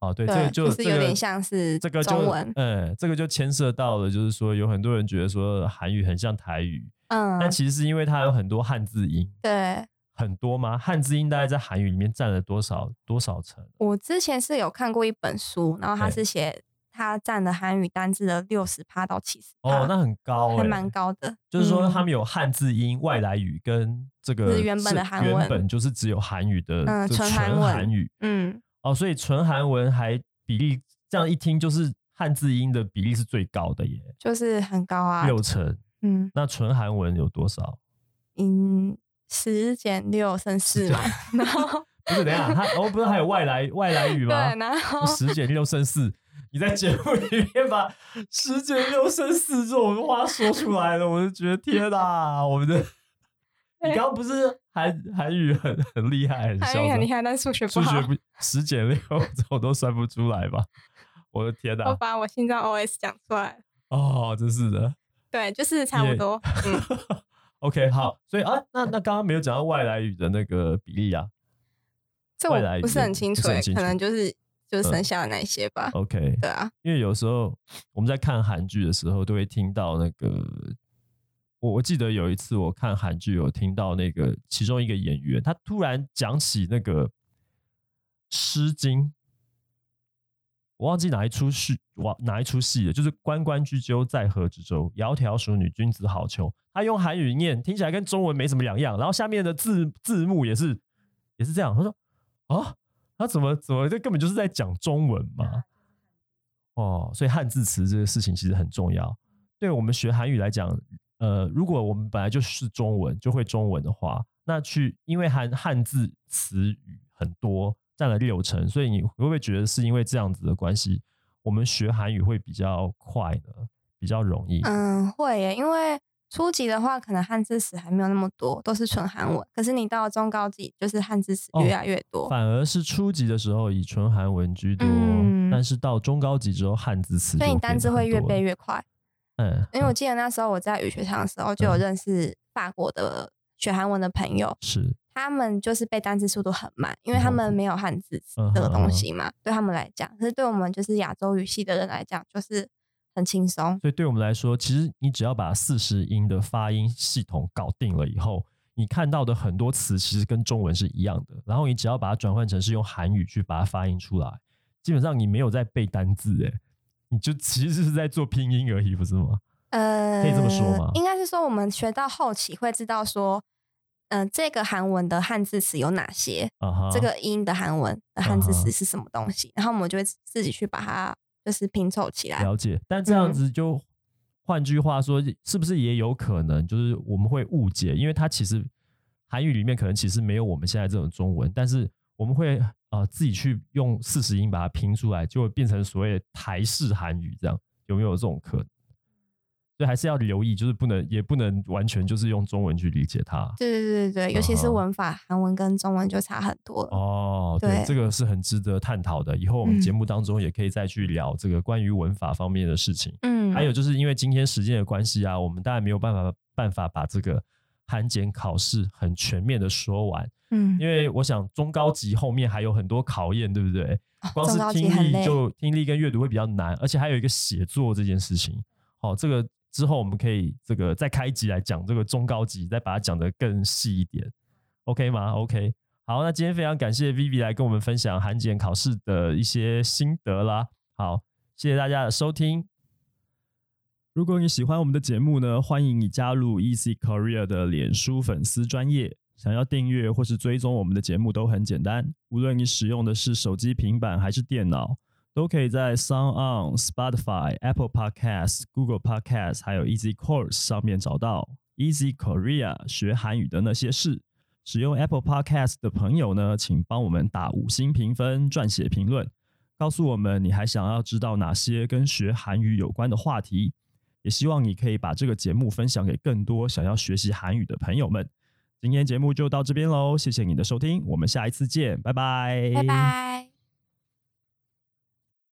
Speaker 1: 哦，对，这
Speaker 2: 对
Speaker 1: 个，就
Speaker 2: 就是
Speaker 1: 这
Speaker 2: 有
Speaker 1: 个
Speaker 2: 点像是
Speaker 1: 这个就
Speaker 2: 中文，
Speaker 1: 嗯，这个就牵涉到了，就是说有很多人觉得说韩语很像台语，
Speaker 2: 嗯，
Speaker 1: 但其实是因为它有很多汉字音，
Speaker 2: 对。
Speaker 1: 很多吗？汉字音大概在韩语里面占了多少多少成？
Speaker 2: 我之前是有看过一本书，然后它是写它占了韩语单字的六十趴到七十
Speaker 1: 哦，那很高、欸，
Speaker 2: 啊还蛮。高的。
Speaker 1: 就是说，
Speaker 3: 嗯
Speaker 1: 他们有汉字音、外来语跟这个
Speaker 2: 是原本的韩
Speaker 1: 原
Speaker 2: 文
Speaker 1: 本就是只有韩语的，
Speaker 2: 嗯
Speaker 1: 就
Speaker 2: 纯韩
Speaker 1: 纯
Speaker 2: 文
Speaker 1: 韩语
Speaker 2: 嗯，
Speaker 1: 哦，所以纯韩文还比例这样一听就是汉字音的比例是最高的耶，
Speaker 2: 就是很高啊。
Speaker 1: 六成。
Speaker 2: 嗯
Speaker 1: 那纯韩文有多少？
Speaker 2: 嗯，十减六剩四嘛，然后
Speaker 1: 不是，等一下，他哦，不是还有外来外来语
Speaker 2: 对，
Speaker 1: 吗？
Speaker 2: 然后
Speaker 1: 那 十减六剩四，你在节目里面把十减六剩四这种话说出来了，我就觉得天哪，我们 的你刚刚不是韩韩语很很厉害，很
Speaker 2: 韩
Speaker 1: 嚣
Speaker 2: 语很
Speaker 1: 张
Speaker 2: 厉，害，但数学不
Speaker 1: 数学
Speaker 2: 好。
Speaker 1: 不十减六这种都算不出来 吧？我的天
Speaker 2: 我
Speaker 1: 哪，
Speaker 2: 把我心脏 OS 讲出来了，
Speaker 1: 哦，真是的。
Speaker 2: 对，就是差
Speaker 1: 也
Speaker 2: 不多。嗯，
Speaker 1: OK，好，所以啊，那那刚刚没有讲到外来语的那个比例啊。
Speaker 2: 这
Speaker 1: 外来
Speaker 2: 我
Speaker 1: 语
Speaker 2: 不是
Speaker 1: 言
Speaker 2: 很清
Speaker 1: 不是
Speaker 2: 楚
Speaker 1: 很
Speaker 2: 欸，
Speaker 1: 清
Speaker 2: 可
Speaker 1: 楚
Speaker 2: 能就是就
Speaker 1: 嗯
Speaker 2: 是
Speaker 1: 哦
Speaker 2: 剩下的那一些吧。
Speaker 1: OK，
Speaker 2: 对啊，
Speaker 1: 因为有时候我们在看韩剧的时候，都会听到那个，我我记得有一次我看韩剧，有听到那个其中一个演员，他突然讲起那个《诗经》，我忘记哪一出戏，哇，哪一出戏了，就是“关关雎鸠，在河之洲，窈窕淑女，君子好逑”。他用韩语念，听起来跟中文没什么两样，然后下面的字字幕也是也是这样。他说啊，他怎么怎么这根本就是在讲中文嘛？哦，所以汉字词这个事情其实很重要。对我们学韩语来讲，呃，如果我们本来就是中文，就会中文的话，那去因为韩汉字词语很多，占了六成，所以你会不会觉得是因为这样子的关系，我们学韩语会比较快呢？比较容易？
Speaker 2: 嗯，会耶，因为初级的话，可能汉字词还没有那么多，都是纯韩文。可是你到了中高级，就是汉字词
Speaker 1: 哦
Speaker 2: 越来越多。
Speaker 1: 反而是初级的时候以纯韩文居多，
Speaker 2: 嗯
Speaker 1: 但是到中高级之后汉字词，
Speaker 2: 所以你单字会越背。越快，
Speaker 1: 嗯，
Speaker 2: 因为我记得那时候我在语学堂的时候就有
Speaker 1: 嗯
Speaker 2: 认识法国的学韩文的朋友，
Speaker 1: 是
Speaker 2: 他们就是背单字速度很慢，因为
Speaker 1: 嗯
Speaker 2: 他
Speaker 1: 哼
Speaker 2: 们没有汉字
Speaker 1: 嗯
Speaker 2: 这个
Speaker 1: 哼嗯
Speaker 2: 东
Speaker 1: 哼
Speaker 2: 西嘛，对他们来讲，可是对我们就是亚洲语系的人来讲，就是很轻松。
Speaker 1: 所以对我们来说，其实你只要把四十音的发音系统搞定了以后，你看到的很多词其实跟中文是一样的，然后你只要把它转换成是用韩语去把它发音出来，基本上你没有在背单字，诶，你就其实是在做拼音而已，不是吗？
Speaker 2: 呃，
Speaker 1: 以这么说吗
Speaker 2: 应该是说我们学到后期会知道说，嗯、这个韩文的汉字词有哪些，
Speaker 1: 啊哈，
Speaker 2: 这个音的韩文的汉字
Speaker 1: 嗯哼
Speaker 2: 词是什么东西，然后我们就会自己去把它就是拼凑起来。
Speaker 1: 了解。但这
Speaker 2: 嗯
Speaker 1: 样子就，换句话说，是不是也有可能就是我们会误解？因为它其实韩语里面可能其实没有我们现在这种中文，但是我们会呃自己去用四十音把它拼出来，就会变成所谓的台式韩语，这样有没有这种可能？所以还是要留意，就是不能也不能完全就是用中文去理解它。
Speaker 2: 对对对对，尤其是
Speaker 1: 嗯哼
Speaker 2: 文法，韩文跟中文就差很多了。
Speaker 1: 哦，对，
Speaker 2: 对
Speaker 1: 这个是很值得探讨的。以后我们
Speaker 2: 嗯
Speaker 1: 节目当中也可以再去聊这个关于文法方面的事情。
Speaker 2: 嗯，
Speaker 1: 还有就是因为今天时间的关系啊，我们当然没有办法办法把这个韩检考试很全面的说完，
Speaker 2: 嗯，
Speaker 1: 因为我想中高级后面还有很多考验，对不对？光
Speaker 2: 哦中高
Speaker 1: 是
Speaker 2: 级
Speaker 1: 听
Speaker 2: 很
Speaker 1: 力
Speaker 2: 累
Speaker 1: 就听力跟阅读会比较难，而且还有一个写作这件事情。好、这个之后我们可以这个再开一集来讲这个中高级，再把它讲得更细一点，OK 吗？OK。好，那今天非常感谢 Vivi 来跟我们分享韩检考试的一些心得啦。好，谢谢大家的收听。如果你喜欢我们的节目呢，欢迎你加入 Easy Korea 的脸书粉丝专业。想要订阅或是追踪我们的节目都很简单，无论你使用的是手机、平板还是电脑，都可以在 Sound On、Spotify、Apple Podcast、Google Podcast 还有 Easy Course 上面找到。 Easy Korea 学韩语的那些事。使用 Apple Podcast 的朋友呢，请帮我们打五星评分、撰写评论，告诉我们你还想要知道哪些跟学韩语有关的话题。也希望你可以把这个节目分享给更多想要学习韩语的朋友们。今天节目就到这边喽，谢谢你的收听，我们下一次见，拜拜，
Speaker 2: 拜拜。